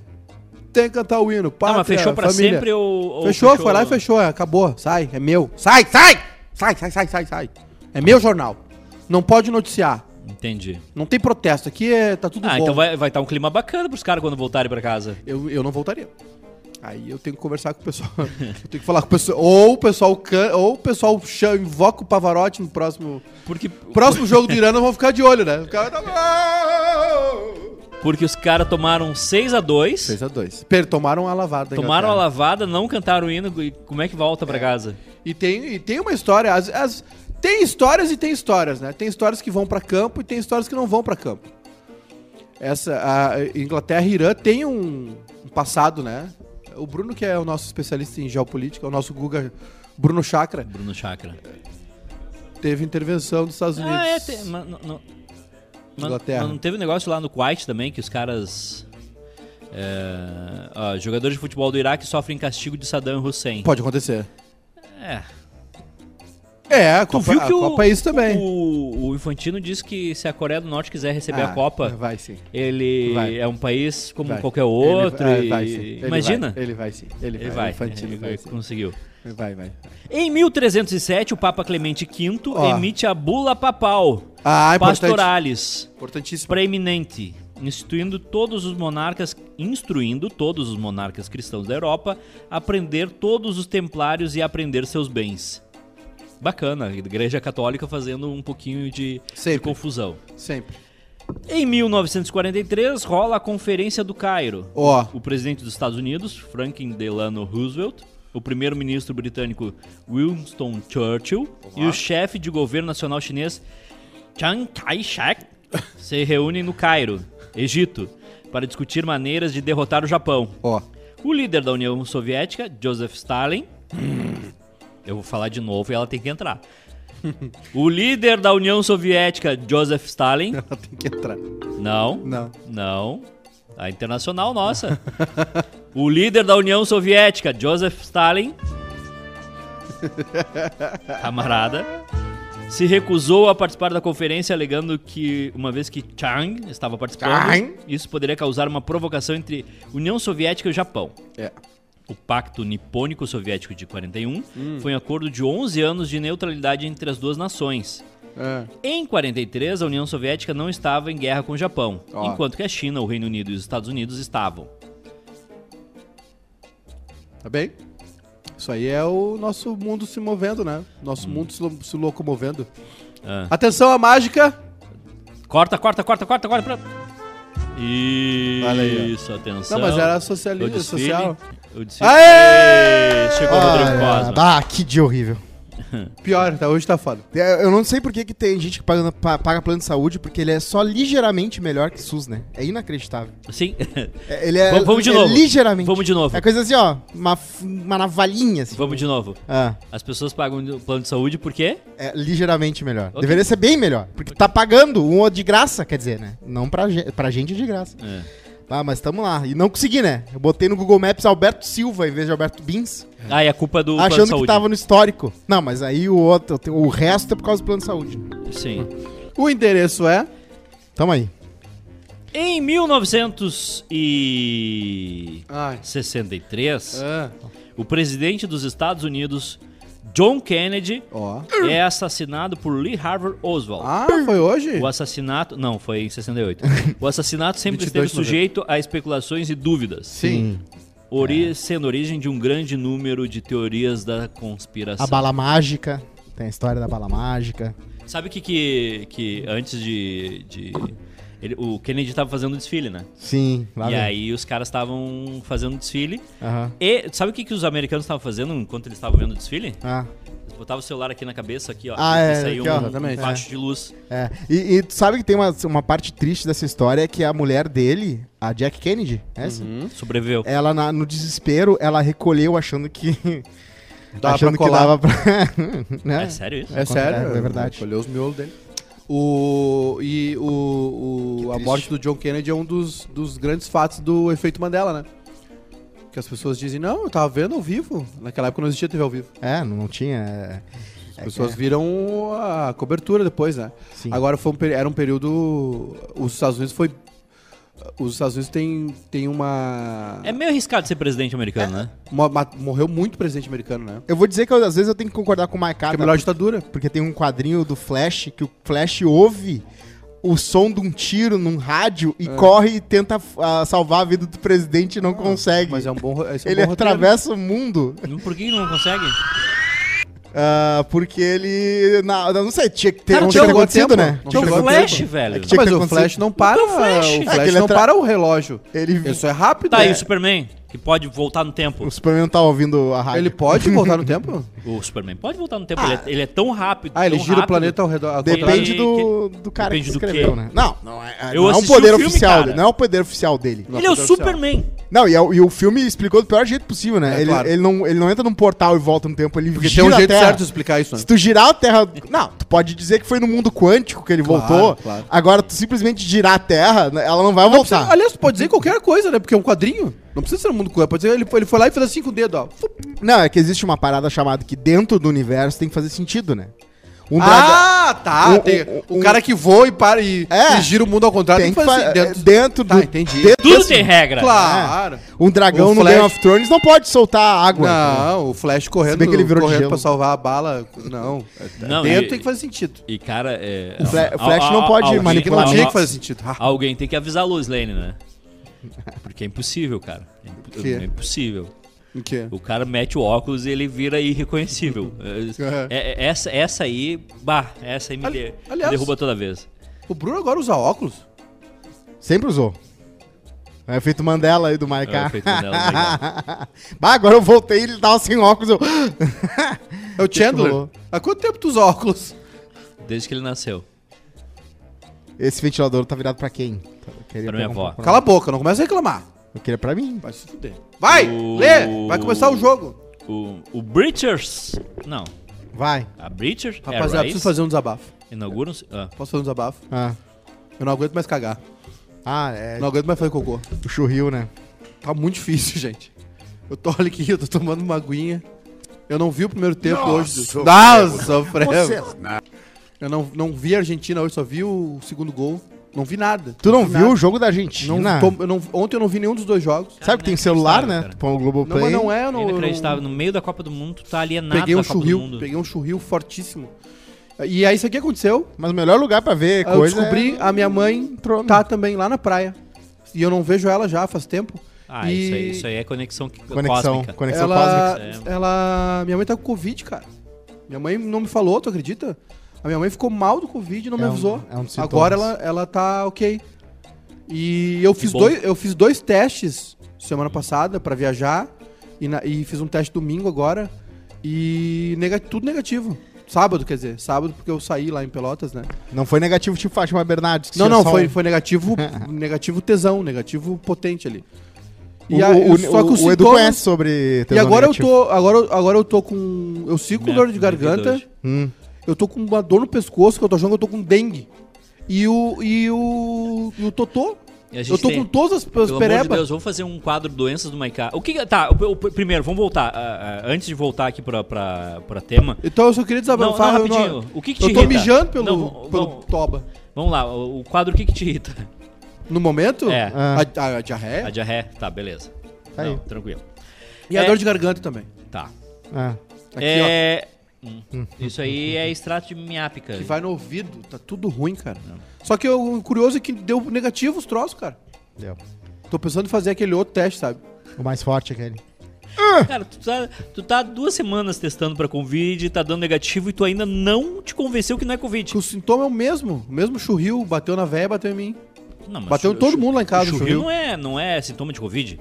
B: Tem que cantar o hino. Pátria,
A: Tá, mas fechou pra
B: família.
A: sempre ou. ou
B: Fechou, foi lá e fechou. é, Acabou. Sai, é meu. Sai, sai! Sai, sai, sai, sai, sai. É meu jornal. Não pode noticiar.
A: Entendi.
B: Não tem protesto. Aqui é, tá tudo
A: Ah,
B: bom.
A: então vai estar vai tá um clima bacana pros caras quando voltarem pra casa.
B: eu, eu não voltaria. Aí eu tenho que conversar com o pessoal. (laughs) eu tenho que falar com o pessoal. Ou o pessoal, can- ou o pessoal cha- invoca o Pavarotti no próximo.
A: Porque,
B: Próximo jogo do Irã, nós vamos ficar de olho, né? O cara tá.
A: porque os caras tomaram 6 a 2
B: 6x2. Per, tomaram a lavada. da
A: tomaram a
B: Inglaterra.
A: lavada, não cantaram o hino, e como é que volta pra casa?
B: E tem, e tem uma história. As, as- tem histórias e tem histórias, né? Tem histórias que vão pra campo e tem histórias que não vão pra campo. Essa, a Inglaterra e Irã tem um, um passado, né? O Bruno, que é o nosso especialista em geopolítica, o nosso Guga Bruno Chakra,
A: Bruno Chakra.
B: teve intervenção dos Estados Unidos.
A: Ah, é, tem, mas, não, não, mas-
B: Inglaterra.
A: mas não teve um negócio lá no Kuwait também que os caras. é, ó, jogadores de futebol do Iraque sofrem castigo de Saddam Hussein.
B: Pode acontecer.
A: É.
B: É, a
A: Tu
B: Copa,
A: viu
B: a
A: que o,
B: Copa é isso também.
A: O, o Infantino disse que se a Coreia do Norte quiser receber
B: Ah,
A: a Copa,
B: Vai sim.
A: ele
B: Vai.
A: é um país como
B: vai.
A: qualquer outro. e-
B: Ele- é, vai sim. Ele
A: Imagina.
B: vai, ele vai sim. Ele,
A: Ele
B: vai.
A: vai.
B: Infantino
A: ele
B: vai, sim.
A: conseguiu.
B: vai, vai.
A: Em 1307, o Papa Clemente V
B: Ó.
A: emite a bula papal
B: Ah, importante.
A: Pastoralis
B: Importantíssimo.
A: Preeminente, instituindo todos os monarcas, instruindo todos os monarcas cristãos da Europa a prender todos os templários e a prender seus bens. Bacana, a Igreja Católica fazendo um pouquinho de, de
B: Sempre.
A: confusão.
B: Sempre.
A: Em 1943, rola a Conferência do Cairo.
B: Ó.
A: O presidente dos Estados Unidos, Franklin Delano Roosevelt, o primeiro-ministro britânico Winston Churchill e o chefe de governo nacional chinês Chiang Kai-shek se reúnem no Cairo, Egito, para discutir maneiras de derrotar o Japão.
B: Ó. (laughs)
A: O líder da União Soviética, Joseph Stalin. Eu vou falar de novo e ela tem que entrar. O líder da União Soviética, Joseph Stalin.
B: Ela tem que entrar.
A: Não.
B: Não.
A: Não. A internacional nossa. o líder da União Soviética, Joseph
B: (laughs)
A: Stalin, camarada, se recusou a participar da conferência, alegando que, uma vez que Chang estava participando,
B: Chang.
A: isso poderia causar uma provocação entre União Soviética e o Japão.
B: É.
A: O Pacto Nipônico Soviético de 41
B: Hum.
A: foi um acordo de 11 anos de neutralidade entre as duas nações.
B: É.
A: Em 43, a União Soviética não estava em guerra com o Japão,
B: Ó.
A: enquanto que a China, o Reino Unido e os Estados Unidos estavam.
B: Tá bem? Isso aí é o nosso mundo se movendo, né? Nosso
A: Hum.
B: mundo se, lo- se locomovendo.
A: Ah.
B: Atenção à mágica.
A: Corta, corta, corta, corta, corta. Pra...
B: Olha aí,
A: Isso, atenção.
B: Não, mas era
A: o
B: socialismo,
A: desfile.
B: social.
A: O desfile. Chegou o Rodrigo Cosma.
G: bah, Ah, é. que dia horrível.
B: Pior, tá, hoje tá foda.
G: É, Eu não sei por que, que tem gente que paga, pa- paga plano de saúde, porque ele é só ligeiramente melhor que SUS, né? É inacreditável.
A: Sim.
G: É, Ele é,
A: Vamos- vamos de
G: é
A: novo.
G: ligeiramente.
A: Vamos de novo.
G: É coisa assim, ó, uma, f- uma navalhinha, assim.
A: Vamos de novo.
G: Ah,
A: As pessoas pagam o plano de saúde por quê?
G: é ligeiramente melhor. Deveria ser bem melhor, porque tá pagando um outro de graça, quer dizer, né? Não pra, ge- pra gente é de graça.
A: É.
G: Ah, mas tamo lá. E não consegui, né? Eu botei no Google Maps Alberto Silva em vez de Alberto Bins,
A: Ah, e a culpa é do plano de
G: achando
A: saúde.
G: que tava no histórico. Não, mas aí o outro, o resto é por causa do plano de saúde.
A: Sim.
B: O endereço é.
G: Tamo aí.
A: Em 1963,
B: Ai. É.
A: o presidente dos Estados Unidos, John Kennedy
B: Ó.
A: é assassinado por Lee Harvey Oswald.
B: Ah, foi hoje?
A: O assassinato. Não, foi em
B: (laughs)
A: 68. o assassinato sempre
B: 22
A: esteve
B: de novembro.
A: sujeito a especulações e dúvidas,
B: Sim. É.
A: ori- sendo origem de um grande número de teorias da conspiração.
G: A bala mágica. Tem a história da bala mágica.
A: Sabe o que, que, que antes de. de- ele- o Kennedy tava fazendo desfile, né?
G: Sim, lá
A: e
G: vem.
A: aí os caras estavam fazendo desfile.
G: Aham.
A: E sabe o que, que os americanos estavam fazendo enquanto eles estavam vendo o desfile?
G: Ah,
A: Eles botavam o celular aqui na cabeça, aqui, ó.
G: Ah,
A: e
G: é,
A: saiu
G: aqui, ó,
A: um
B: exatamente.
A: facho de luz.
G: é. E, e tu sabe que tem uma, uma parte triste dessa história é que a mulher dele, a Jack Kennedy, é essa,
B: Uhum.
A: Sobreviveu.
G: ela na- no desespero, ela recolheu achando que.
B: (laughs) Dava
G: achando
B: pra
G: que
B: colar.
G: dava pra. (laughs) né?
A: É sério isso?
B: É sério?
G: é verdade.
B: Colheu os miolos dele. O, e o, o- a morte do John Kennedy é um dos, dos grandes fatos do efeito Mandela, né? Que as pessoas dizem, não, eu tava vendo ao vivo. Naquela época não existia TV ao vivo.
G: É, não, não tinha. é,
B: As pessoas viram a cobertura depois, né?
G: Sim.
B: Agora foi um peri- era um período. Os Estados Unidos foi. Os Estados Unidos tem, tem uma,
A: É meio arriscado ser presidente americano, né?
B: uma- ma- Morreu muito presidente americano, né?
G: Eu vou dizer que eu- às vezes eu tenho que concordar com o
B: Que
G: Maicá,
B: é a melhor ditadura.
G: porque tem um quadrinho do Flash que o Flash ouve o som de um tiro num rádio
B: É.
G: e corre e tenta ah, salvar a vida do presidente e não consegue.
B: Mas é um bom. ro- esse é um
G: Ele
B: bom roteiro.
G: atravessa o mundo
A: Por que que não consegue?
G: ah, porque ele. Na, não sei, tinha que ter
B: Cara,
G: não
B: tinha
G: tinha
B: algum
G: acontecido,
B: tempo?
G: né?
A: Tinha
B: Não
G: Tinha
A: um
B: chegou
G: que
B: a
A: flash,
G: acontecer.
A: velho.
G: Tinha
B: Mas
G: que
B: o
G: acontecer.
B: Flash não para.
A: Nunca é o Flash.
B: O
A: É,
G: que
B: Flash
G: ele
B: não
G: tra-
B: para o relógio.
G: Ele,
B: Isso é rápido.
A: Tá aí
B: né?
A: o Superman, que pode voltar no tempo.
G: o Superman tá ouvindo a rádio.
B: Ele pode
G: (laughs)
B: voltar no tempo?
A: O Superman pode voltar no tempo, ele, é, ele é tão rápido.
B: Ah, ele
A: tão
B: gira o
A: rápido.
B: planeta ao redor. ao
A: Depende
B: contrário.
G: Depende
A: que-
G: do, do cara
A: depende
G: que
A: do
G: escreveu,
A: quê?
G: né? Não, não é, é-
A: Eu
G: não é um
A: assisti
G: poder
A: o filme,
G: oficial
A: cara.
G: dele. Não é o poder oficial dele.
A: Ele é o
B: Nossa, oficial.
A: Superman.
G: Não, e, é o- e o filme explicou do pior jeito possível, né?
B: É,
G: ele,
B: claro.
G: ele não, ele não entra num portal e volta no tempo, ele
B: Porque
G: gira
B: tem um
G: a
B: jeito
G: Terra.
B: certo de explicar isso, né?
G: Se tu girar a Terra... Não, tu pode dizer que foi no mundo quântico que ele
B: Claro,
G: voltou.
B: claro.
G: Agora, tu simplesmente girar a Terra, né, ela não vai voltar.
B: Ah, Aliás, tu pode dizer qualquer coisa, né? Porque é um quadrinho. Não precisa ser um mundo coisa. Pode dizer, ele, ele foi lá e fez assim com o dedo, ó. Fup.
G: Não, é que existe uma parada chamada que dentro do universo tem que fazer sentido, né? Um dragão...
B: Ah, tá.
G: Um-
B: tem-
G: um-
B: o
G: um-
B: cara que voa e para e,
G: É.
B: e gira o mundo ao contrário
G: Tem que
B: fazer
G: fa- é,
B: assim,
G: dentro,
B: dentro.
G: dentro
B: Tá,
G: do...
B: entendi.
G: dentro-
A: Tudo tem regra.
B: Claro.
G: Um dragão
B: Um
G: no
B: Flash.
G: Game of Thrones não pode soltar água.
B: Não, o Flash correndo,
G: bem que ele virou de
B: correndo
G: gelo.
B: pra salvar a bala. Não.
A: Não,
B: dentro
A: e-
B: tem que fazer sentido.
A: E, cara, é.
G: O Fla-
A: al-
G: o Flash
A: al-
G: não
A: al-
G: pode
A: alguém-
B: Mas
G: manipular.
B: não
A: al-
B: tinha que fazer sentido. Ah,
A: Alguém tem que avisar a Luz Lane,
B: (laughs)
A: né? Porque é impossível, cara. É, imp-
B: quê?
A: é impossível.
B: o quê?
A: O cara mete o óculos e ele vira
B: (laughs)
A: irreconhecível. É- é- é- essa, essa aí, bah, essa aí me, de-
B: aliás-
A: derruba toda vez.
B: O Bruno agora usa óculos?
G: Sempre usou. É o efeito Mandela aí do Maiká.
A: É o efeito Mandela do Maiká.
G: (laughs) bah, agora eu voltei e ele tava sem óculos. Eu...
B: É o Chandler.
G: rolou?
B: Há quanto tempo tu usa óculos?
A: Desde que ele nasceu.
G: Esse ventilador tá virado pra quem? Eu queria
A: Pra minha
G: pegar um
A: avó.
G: pouco
B: Cala a boca, não começa a reclamar.
G: Eu queria pra mim.
B: Vai se fuder. Vai,
A: O-
B: lê! Vai começar o jogo.
A: O, o Breachers. Não.
G: Vai.
A: A Breachers.
B: Rapaziada,
A: é
B: preciso fazer um desabafo.
A: Inaugura um. Ah.
B: Posso fazer um desabafo?
G: Ah,
B: Eu não aguento mais cagar.
G: Ah, é
B: Não aguento mais fazer cocô.
G: o churril, né?
B: Tá muito difícil, (laughs) gente. Eu tô, olha aqui, eu tô tomando uma aguinha. Eu não vi o primeiro tempo hoje. Do... Nossa, sofremos. Eu não, não vi a Argentina hoje, só vi o segundo gol. Não vi nada.
G: Tu não
B: vi
G: viu o
B: nada.
G: jogo da Argentina?
B: Não, tom- eu não- Ontem eu não vi nenhum dos dois jogos.
G: Sabe que tem celular, né?
A: Cara.
G: Tu põe o Globoplay.
B: Não, mas não é, eu
A: Não,
B: não. eu não-
A: Inacreditável. No meio da Copa do Mundo, tu tá alienado
B: Peguei
A: da
B: um
A: Copa do
B: churril,
A: Mundo.
B: peguei um churril fortíssimo. E aí isso aqui aconteceu.
G: Mas o melhor lugar pra ver
B: Eu
G: coisa é
B: descobri, a minha mãe
G: entrou, né?
B: tá também lá na praia. E eu não vejo ela já faz tempo.
A: Ah,
B: E
A: isso, aí, isso aí é conexão que-
G: é... Conexão,
A: cósmica.
G: conexão
B: Ela,
G: cósmica.
A: cósmica.
B: ela, minha mãe tá com Covid, cara. Minha mãe não me falou, tu acredita? A minha mãe ficou mal do Covid e não
G: É
B: me
G: um-
B: avisou.
G: é um dos
B: Agora ela,
G: sintomas.
B: ela tá ok. E eu fiz,
A: bom.
B: dois, eu fiz dois testes semana passada pra viajar. E, na- e fiz um teste domingo agora. E nega- tudo negativo. Sábado, quer dizer. Sábado, porque eu saí lá em Pelotas, né?
G: Não foi negativo tipo Fátima Bernardes. que
B: Não,
G: tinha
B: não,
G: só
B: foi,
G: um-
B: foi
G: (laughs)
B: negativo, negativo tesão, negativo potente ali.
G: O,
B: a-
G: o,
B: só que
G: o,
B: os
G: o Edu
B: sintomas-
G: conhece sobre...
B: E
G: tesão
B: agora eu
G: negativo.
B: tô, agora, eu- agora eu tô com, eu sigo com
A: Minha
B: dor de garganta,
A: vida
G: Hum.
B: eu tô com uma dor no pescoço, que eu tô achando que eu tô com dengue. E o, e o, e o totô,
A: E a gente
B: eu tô
A: tem-
B: com todas as
A: Pelo amor de
B: perebas.
A: Deus, vamos fazer um quadro doenças do Maiká. O que que- tá, o- o- primeiro, vamos voltar. ah, ah, antes de voltar aqui pra, pra, pra tema,
B: então eu só queria
A: Não,
B: desabafar.
A: não,
B: eu
A: rapidinho. O que que te
B: Eu tô
A: irrita?
B: mijando pelo,
A: Não, vamos-
B: pelo
A: vamos-
B: toba.
A: vamos lá. O, o quadro, o que que te irrita?
B: No momento,
A: É.
B: a, a- a
A: A
B: diarreia
A: diarreia? Tá, beleza.
G: Tá aí.
A: Não, tranquilo.
B: e a
A: É.
B: dor de garganta também.
A: Tá.
G: Ah.
B: Aqui, Hum.
A: é, Isso aí é extrato de miápica.
B: Que vai no ouvido, tá tudo ruim, cara. Só que o curioso é que deu negativo os troços, cara.
G: Deu.
B: Tô pensando em fazer aquele outro teste, sabe?
G: O mais forte é aquele.
A: Cara, tu tá, tu tá duas semanas testando pra Covid, tá dando negativo e tu ainda não te convenceu que não é
B: Que
A: Covid.
B: o sintoma é o mesmo. O mesmo churril, bateu na véia, bateu em mim.
A: Não, mas
B: bateu em
A: chu-
B: todo
A: chu-
B: mundo lá em casa, o
A: Churril
B: churril.
A: não é, não é sintoma de Covid?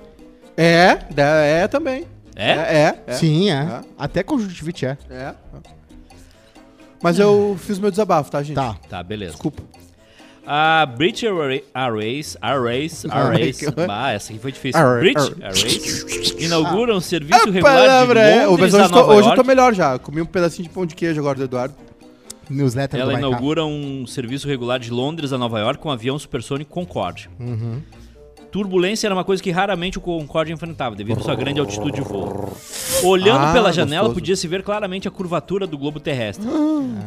B: É, é, é também.
A: É?
B: É, é.
G: Sim, é.
B: É.
G: Até conjuntivite é.
B: É. é. Mas eu fiz meu desabafo, tá, gente?
G: Tá.
A: Tá, beleza.
B: Desculpa.
A: A Brit Arra- Arrays,
B: (laughs)
A: Arrays, Arrays,
B: Ai, que- é?
A: bah, essa aqui foi difícil.
B: Arra-
A: Brit
B: arra-
A: Arrays inaugura um serviço
B: (laughs) A
A: regular de
B: palavra é. Ô,
A: Londres
B: mas Hoje,
A: a
B: eu tô,
A: Nova
B: hoje eu tô
A: York.
B: melhor já. Comi um pedacinho de pão de queijo agora do Eduardo.
G: Newsletter
A: Ela
G: do Maiká.
A: inaugura um serviço regular de Londres a Nova York com um avião supersônico Concorde. Turbulência era uma coisa que raramente o Concorde enfrentava, devido à sua grande altitude de voo. Olhando
B: Ah,
A: pela janela,
B: gostoso.
A: podia se ver claramente a curvatura do globo terrestre.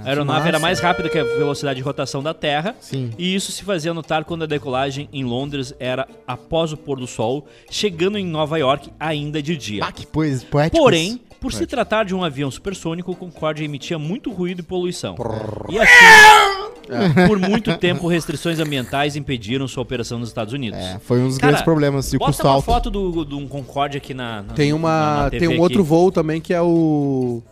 A: a aeronave era mais rápida que a velocidade de rotação da Terra,
G: Sim.
A: e isso se fazia notar quando a decolagem em Londres era após o pôr do sol, chegando em Nova York ainda de dia.
G: Bah, que pois,
B: É
G: poéticos.
B: tipo
A: Porém, por se tratar de um avião supersônico, o Concorde emitia muito ruído e poluição. E assim,
B: É.
A: por muito tempo, restrições ambientais impediram sua operação nos Estados Unidos.
G: É, foi um dos
A: Cara,
G: grandes problemas. E o
A: Bota
G: custo
A: uma
G: alto.
A: foto de do, do um Concorde aqui na, na-
B: Tem,
A: na-
B: uma,
A: Ah, na
B: tem
A: TV
B: um
A: aqui.
B: outro voo também que é o.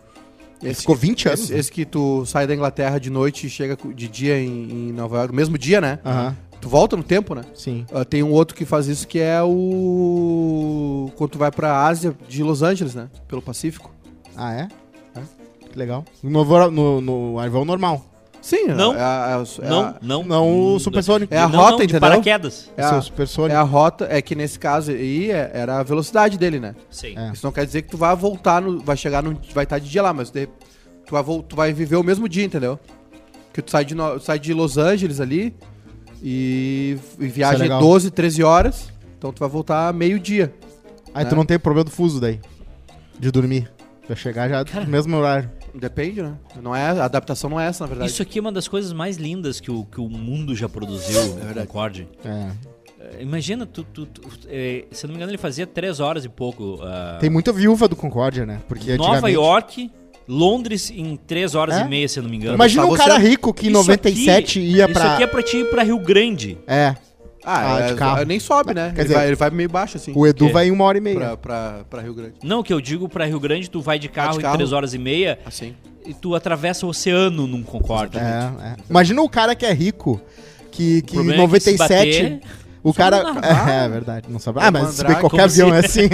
B: Esse
G: Ficou 20 anos. né?
B: Esse, esse que tu sai da Inglaterra de noite e chega cu- de dia em, em Nova York, mesmo dia, né?
G: Aham.
B: Tu volta no tempo, né?
G: Sim.
B: Ah, tem um outro que faz isso que é o. Quando tu vai pra Ásia, de Los Angeles, né? Pelo Pacífico.
G: Ah, é? é? Que legal. No, vora- no, no avião normal.
B: Sim,
A: Não.
B: É, a- é a-
A: Não, não.
G: Não o supersônico.
B: É a
A: não,
B: rota,
A: não, de
B: entendeu?
A: paraquedas.
B: É
G: Esse é
B: a,
G: o supersônico.
B: é a rota, é que nesse caso aí é- era a velocidade dele, né?
A: Sim.
G: É.
B: Isso não quer dizer que tu vai voltar, no- vai chegar, no, vai estar de dia lá, mas de- tu, vai, vol- tu vai viver o mesmo dia, entendeu? Que tu sai de, no- sai de Los Angeles ali e, e viaja
G: legal.
B: 12, 13 horas, então tu vai voltar meio-dia.
G: Aí
B: é.
G: tu não tem problema do fuso daí. De dormir. Pra chegar já no mesmo horário.
B: Depende, né? Não é, a adaptação não é essa, na verdade.
A: Isso aqui é uma das coisas mais lindas que o, que o mundo já produziu, o Concorde.
G: É.
A: É, Imagina, tu, tu- tu- é, se eu não me engano, ele fazia três horas e pouco. ah,
G: Tem muita viúva do Concórdia, né? Porque
A: Nova
G: antigamente-
A: York, Londres em 3 horas
G: É?
A: e meia, se eu não me engano.
G: Imagina
B: Tá,
G: um
B: você-
G: cara rico que em
A: Isso
G: 97
A: aqui-
G: ia pra.
A: Isso aqui é pra ti ir pra Rio Grande.
G: É.
B: Ah,
G: Ah,
B: é-
G: de carro.
B: nem sobe, né? ele,
G: dizer-
B: vai, ele vai meio baixo, assim,
G: O né? Edu
A: quê?
G: vai em uma hora e meia.
B: pra, pra, pra Rio Grande.
A: Não, que eu digo pra Rio Grande, tu vai de carro,
B: carro.
A: em 3 horas e meia
B: Assim.
A: e tu atravessa o oceano num Concorde. né?
G: É, é. Imagina o cara que é rico, que, que
A: O
G: em
A: problema é que se
G: 97.
A: bater,
G: o cara. É, é verdade, não sabe. Ah, mas se bem que qualquer avião é
B: (laughs)
G: assim. (laughs)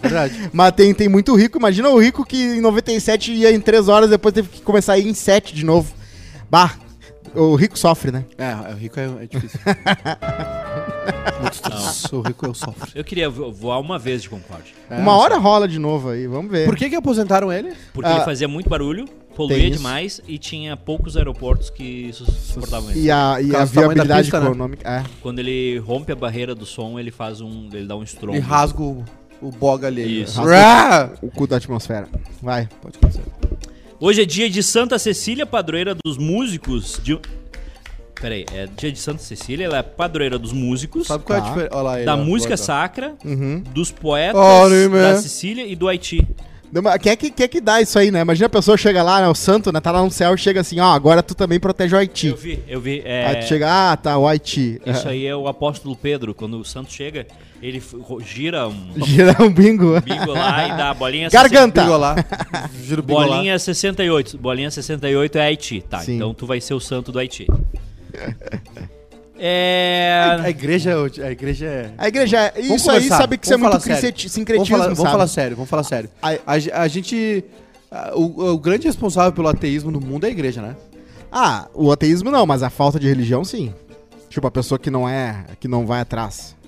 B: Verdade.
G: mas tem, tem muito rico. Imagina o rico que em 97 ia em 3 horas, depois teve que começar a ir em 7 de novo. Bah, o rico sofre, né?
B: É, o rico é, é
G: (laughs)
B: difícil. Ah, Sou rico, eu sofro.
A: Eu queria vo- voar uma vez de Concorde.
G: uma hora rola de novo aí, vamos ver.
B: É, Por que que aposentaram ele?
A: Porque
G: Ah.
A: ele fazia muito barulho,
G: Tem
A: poluía
G: isso.
A: demais e tinha poucos aeroportos que su- suportavam isso.
G: E a, e
B: Por causa
G: a
B: do tamanho da
G: viabilidade
B: pista, né?
G: econômica. É.
A: Quando ele rompe a barreira do som, ele faz um. ele dá um estrondo.
B: Ele rasga o, o boga ali.
A: Isso.
B: Rá!
G: O cu da atmosfera. Vai.
B: Pode acontecer.
A: Hoje é dia de Santa Cecília, padroeira dos músicos. De... Peraí, é dia de Santa Cecília, ela é padroeira dos músicos,
B: Sabe qual é
G: Tá.
B: a diferença? Olha lá ele.
A: da
B: ó,
A: música
B: boga.
A: sacra,
G: Uhum.
A: dos poetas
B: Olha,
A: da
B: né?
A: Sicília e do Haiti.
G: Não, mas Quem é, que, quem é que dá isso aí, né? Imagina a pessoa chega lá, né? O santo, né? Tá lá no céu e chega assim, ó, agora tu também protege o Haiti.
A: Eu vi, eu vi. é,
G: Aí tu chega, ah, tá, o Haiti. (laughs)
A: Isso aí é o apóstolo Pedro, quando o santo chega, ele f- ro- gira um
G: Girar um bingo.
A: bingo lá e dá a bolinha... (laughs)
G: Garganta.
B: Bigolá. Giro
A: 60
B: bigolá.
A: Bolinha 68. Bolinha 68 é Haiti, tá?
G: Sim.
A: Então tu vai ser o santo do
G: (laughs)
A: Haiti. É...
B: A igreja, é o- a igreja é...
G: A igreja,
B: Vamos
G: isso
B: conversar,
G: aí sabe que isso é
B: vamos
G: muito
B: falar sério.
G: crinceti- sincretismo,
B: vamos falar,
G: sabe?
B: Vamos falar sério, vamos falar sério.
G: A-
B: A, a gente... a- o, o grande responsável pelo ateísmo no mundo é a igreja, né?
G: Ah, o ateísmo não, mas a falta de religião sim. Tipo, a pessoa que não é, que não vai atrás. Ah,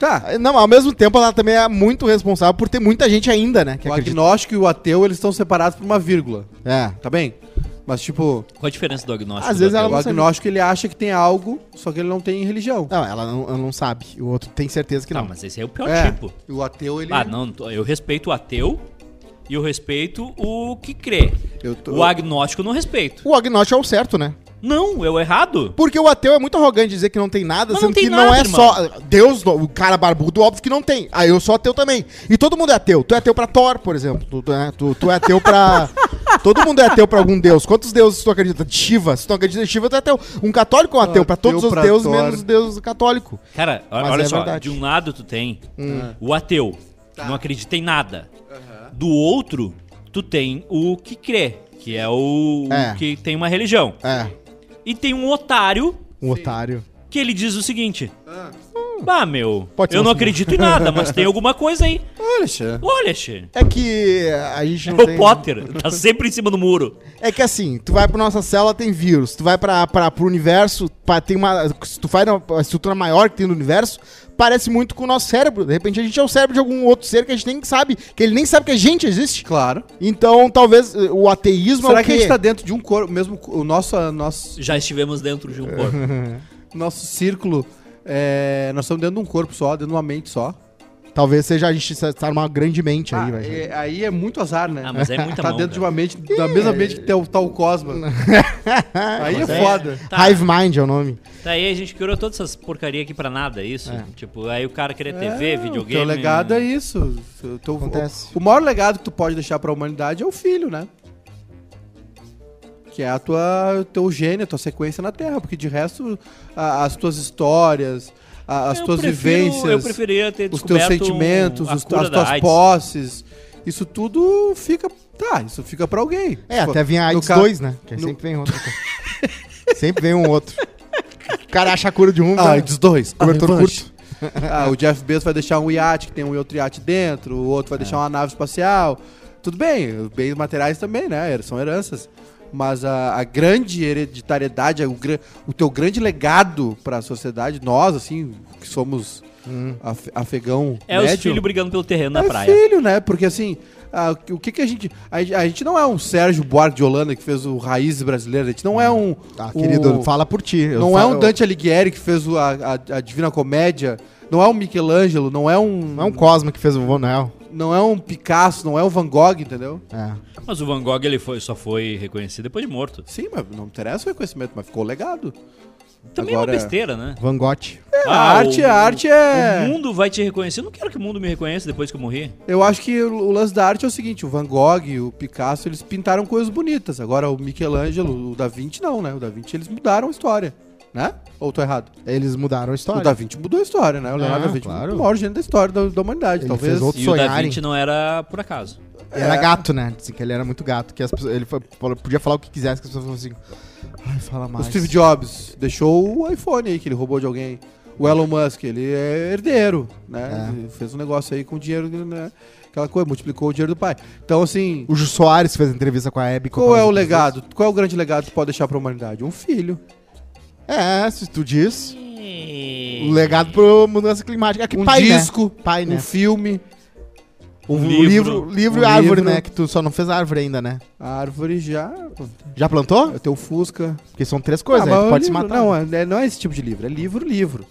B: Tá.
G: Não, ao mesmo tempo ela também é muito responsável por ter muita gente ainda, né? Que
B: o
G: acredita.
B: agnóstico e o ateu, eles estão separados por uma vírgula,
G: É.
B: tá bem? Mas, tipo,
A: Qual a diferença do agnóstico?
G: Às
A: do
G: vezes ela
A: ateu?
B: o
G: não sabe.
B: agnóstico, ele acha que tem algo, só que ele não tem religião.
G: Não, ela não, ela não sabe. O outro tem certeza que não. é-
A: Não, mas esse é o pior
B: É,
A: tipo.
B: e o ateu, ele...
A: Ah, não, tô- eu respeito o ateu e eu respeito o que crê.
B: Eu tô-
A: O agnóstico eu não respeito.
G: O agnóstico é o certo, né?
A: Não, eu errado.
G: Porque o ateu é muito arrogante dizer que não tem nada,
A: Mas
G: sendo
A: não tem
G: que não
A: nada,
G: é
A: irmão.
G: só. Deus, o cara barbudo, óbvio que não tem. Ah,
A: (laughs)
G: Aí eu sou ateu também. E todo mundo é ateu. Tu é ateu pra Thor, por exemplo. Tu, tu, é, tu, tu é ateu pra. Todo mundo é ateu pra algum deus. Quantos deuses tu acredita? Shiva. Se tu acredita em Shiva, tu é ateu. Um católico é um ateu. Pra
B: Ateu
G: todos os
B: pra
G: deuses,
B: Thor.
G: menos o deus católico.
A: Cara, o-
G: Mas
A: olha
G: é
A: só,
G: verdade. Hum. Tá.
A: de um lado tu tem o ateu, que não acredita em nada. Do outro, tu tem o que crê, que é o, o
G: É.
A: que tem uma religião.
G: É,
A: E tem um otário
G: um otário.
A: que ele diz o seguinte: Bah, meu,
G: Ah. Pode ser
A: eu
G: um
A: não
G: sim."
A: acredito em nada, mas
G: (laughs)
A: tem alguma coisa aí.
B: Olha, Xê.
A: Olha, che.
G: É que a gente
A: É
G: não
A: o
G: tem...
A: Potter, tá sempre em cima do muro.
G: É que assim, tu vai pra nossa célula, tem vírus. Tu vai pra, pra, pro universo, pa- tem uma. Se tu vai na a estrutura maior que tem no universo, parece muito com o nosso cérebro. De repente a gente é o cérebro de algum outro ser que a gente nem sabe, que ele nem sabe que a gente existe.
B: Claro.
G: Então, talvez eh, o ateísmo é
B: Será
G: o
B: que a
G: quê?
B: gente tá dentro de um corpo, mesmo co- o nosso, a- nosso,
A: Já estivemos dentro
B: É.
A: de um
B: (laughs)
A: corpo.
B: nosso círculo, é, nós estamos dentro de um corpo só, dentro de uma mente só.
G: Talvez seja a gente estar numa grande mente
B: Ah,
G: aí, vai.
B: é- aí é muito azar, né?
A: Ah, mas é muita
B: (laughs) tá
A: mão,
B: dentro de uma mente, da mesma mente que tem o tal
G: (laughs)
B: Cosma. aí é
A: Mas é-
B: foda.
A: Tá.
G: Hive Mind é o nome.
A: Daí a gente criou todas essas porcaria aqui pra nada, é isso? Tipo, aí o cara queria TV, videogame.
B: Hum, É,
A: né?
B: Teu legado é isso. O teu-
G: Acontece.
B: o, o maior legado que tu pode deixar pra humanidade é o filho, né? Que é a tua, teu gênio, a tua sequência na Terra. Porque de resto, a- as tuas histórias, a- as
A: Eu
B: tuas
A: prefiro-
B: vivências,
A: Eu preferia ter
B: os teus
A: descoberto
B: sentimentos,
A: a
B: os-
A: cura
B: as
A: da
B: tuas
A: AIDS.
B: posses, isso tudo fica. Tá, isso fica pra alguém.
G: É,
B: Pô,
G: até vem a
B: no
G: AIDS
B: ca-
G: 2, né? Que aí
B: no-
G: sempre vem outro. cara. sempre vem um outro. O cara acha a cura de um,
B: Ah,
G: cara.
B: AIDS 2.
G: Cobertor curto.
B: (laughs) Ah, o Jeff Bezos vai deixar um iate que tem um e outro iate dentro, o outro vai deixar
G: Ah.
B: uma nave espacial. Tudo bem, bens materiais também, né? Her- São heranças. Mas a, a grande hereditariedade, o, gra- o teu grande legado pra sociedade, nós, assim, que somos
G: Hum.
B: af- afegão
A: É os
B: médio,
A: filhos brigando pelo terreno na
B: é
A: praia.
B: filho, né? Porque assim, ah, o que que a gente... A, gente- a gente não é um Sérgio Buarque de Holanda que fez o Raízes Brasileira, a gente não é um...
G: Ah, querido,
B: o-
G: fala por ti. Eu
B: não é
G: falo-
B: um Dante Alighieri que fez o- a, a- a Divina Comédia, não é um Michelangelo, não é um,
G: Não é um Cosmo que fez o Von Noel.
B: não é um Picasso, não é um Van Gogh, entendeu?
G: É.
A: Mas o Van Gogh ele foi, só foi reconhecido depois de morto.
B: Sim, mas não interessa o reconhecimento, mas ficou legado.
A: Também
B: Agora- É,
A: é uma besteira, né?
G: Van Gogh.
B: a arte, a arte é-
A: O mundo vai te reconhecer. Eu não quero que o mundo me reconheça depois que eu morrer.
B: Eu acho que o o lance da arte é o seguinte, o Van Gogh, o Picasso, eles pintaram coisas bonitas. Agora o Michelangelo, o Da Vinci não, né? O Da Vinci eles mudaram a história, né? Ou tô errado?
G: Eles mudaram a
B: O
G: história.
B: Da Vinci mudou a história, né? O Leonardo
G: Ah,
B: da Vinci
G: claro.
B: é o maior gênio da história da, da humanidade,
G: Ele
B: talvez.
G: fez outro-
A: E o Da
G: Sonharem.
A: Vinci não era por acaso.
G: Era
B: É.
G: gato, né? Dizem que ele era muito gato. Que as pessoas, ele foi- falou- podia falar o que quisesse, que as pessoas falavam assim. Ai, fala
B: O
G: mais.
B: Steve Jobs deixou o iPhone aí que ele roubou de alguém. O Elon Musk, ele é herdeiro, né?
G: É.
B: Ele Fez um negócio aí com o dinheiro, né? Aquela coisa, multiplicou o dinheiro do pai. Então, assim,
G: O Jô Soares fez entrevista com a Hebe.
B: qual é o legado? Qual é o grande legado que tu pode deixar pra humanidade? Um filho.
G: É, se tu diz. O legado pro mudança climática. É que
B: Um
G: pai, né?
B: disco,
G: Pai, né?
B: um filme,
G: Um,
A: livro.
G: livro, livro
B: Um
G: e árvore,
B: livro.
G: né? Que tu só não fez árvore ainda, né?
B: a árvore já.
G: Já plantou?
B: Eu tenho Fusca.
G: Porque são três
B: Ah,
G: coisas,
B: mas
G: aí
B: é
G: tu
B: um
G: pode se
B: livro.
G: matar. né?
B: Não, é, não é esse tipo de livro. É livro, livro.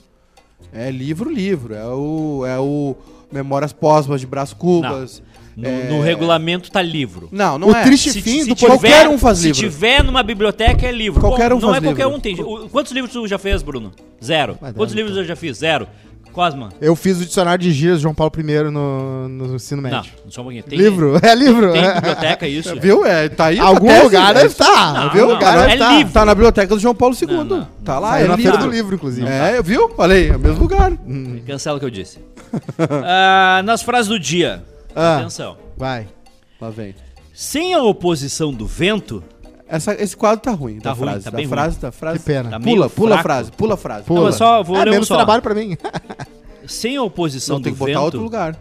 B: É livro, livro. É o, é o Memórias Póstumas de Brás Cubas.
A: No,
B: É.
A: no regulamento tá livro.
B: Não, não,
G: o
B: é.
G: triste fim do podcast.
B: qualquer um faz
A: se
B: livro.
A: tiver numa biblioteca é livro.
B: Qualquer um
A: não
B: faz
A: é qualquer
B: livro.
A: um tem. o- Quantos livros tu já fez, Bruno? Zero.
G: Vai dar,
A: Quantos
G: então.
A: livros eu já fiz? Zero. Cosma.
G: Eu fiz o dicionário de gírias de João Paulo I no, no ensino
A: Não,
G: médio.
A: só um pouquinho. Tem,
G: livro, (laughs) é livro.
A: Tem
G: É.
A: biblioteca
B: (laughs)
A: isso?
B: Viu? É, tá aí.
G: Algum
B: tá
G: lugar
B: né?
G: deve estar.
A: Não,
G: algum
A: não,
G: lugar
A: não,
G: deve
A: é
G: tá.
A: livro.
B: Tá na biblioteca do João Paulo II.
A: Não, não, tá.
B: Tá lá,
G: Saiu
B: é
G: na
B: livro.
G: feira do livro, inclusive.
B: É, viu? Falei, é o mesmo lugar.
A: Hum, Cancela o que eu
B: (laughs)
A: disse. Ah, nas frases do dia.
G: Ah.
A: Atenção.
G: Vai.
B: Lá vem.
A: Sem a oposição do vento,
B: Essa, esse quadro tá ruim.
A: Tá
B: da
A: ruim,
B: frase,
A: tá
B: da
A: bem
B: frase, da frase.
G: Que pena.
A: Tá meio
B: Pula, pula a
A: fraco.
B: frase, pula a frase.
G: Pula.
A: Não, é só- vou
G: é,
A: ler um
G: menos
A: só.
G: trabalho pra mim. (laughs)
A: sem a oposição
B: Não,
A: um do
B: tem que botar
A: vento,
B: outro lugar.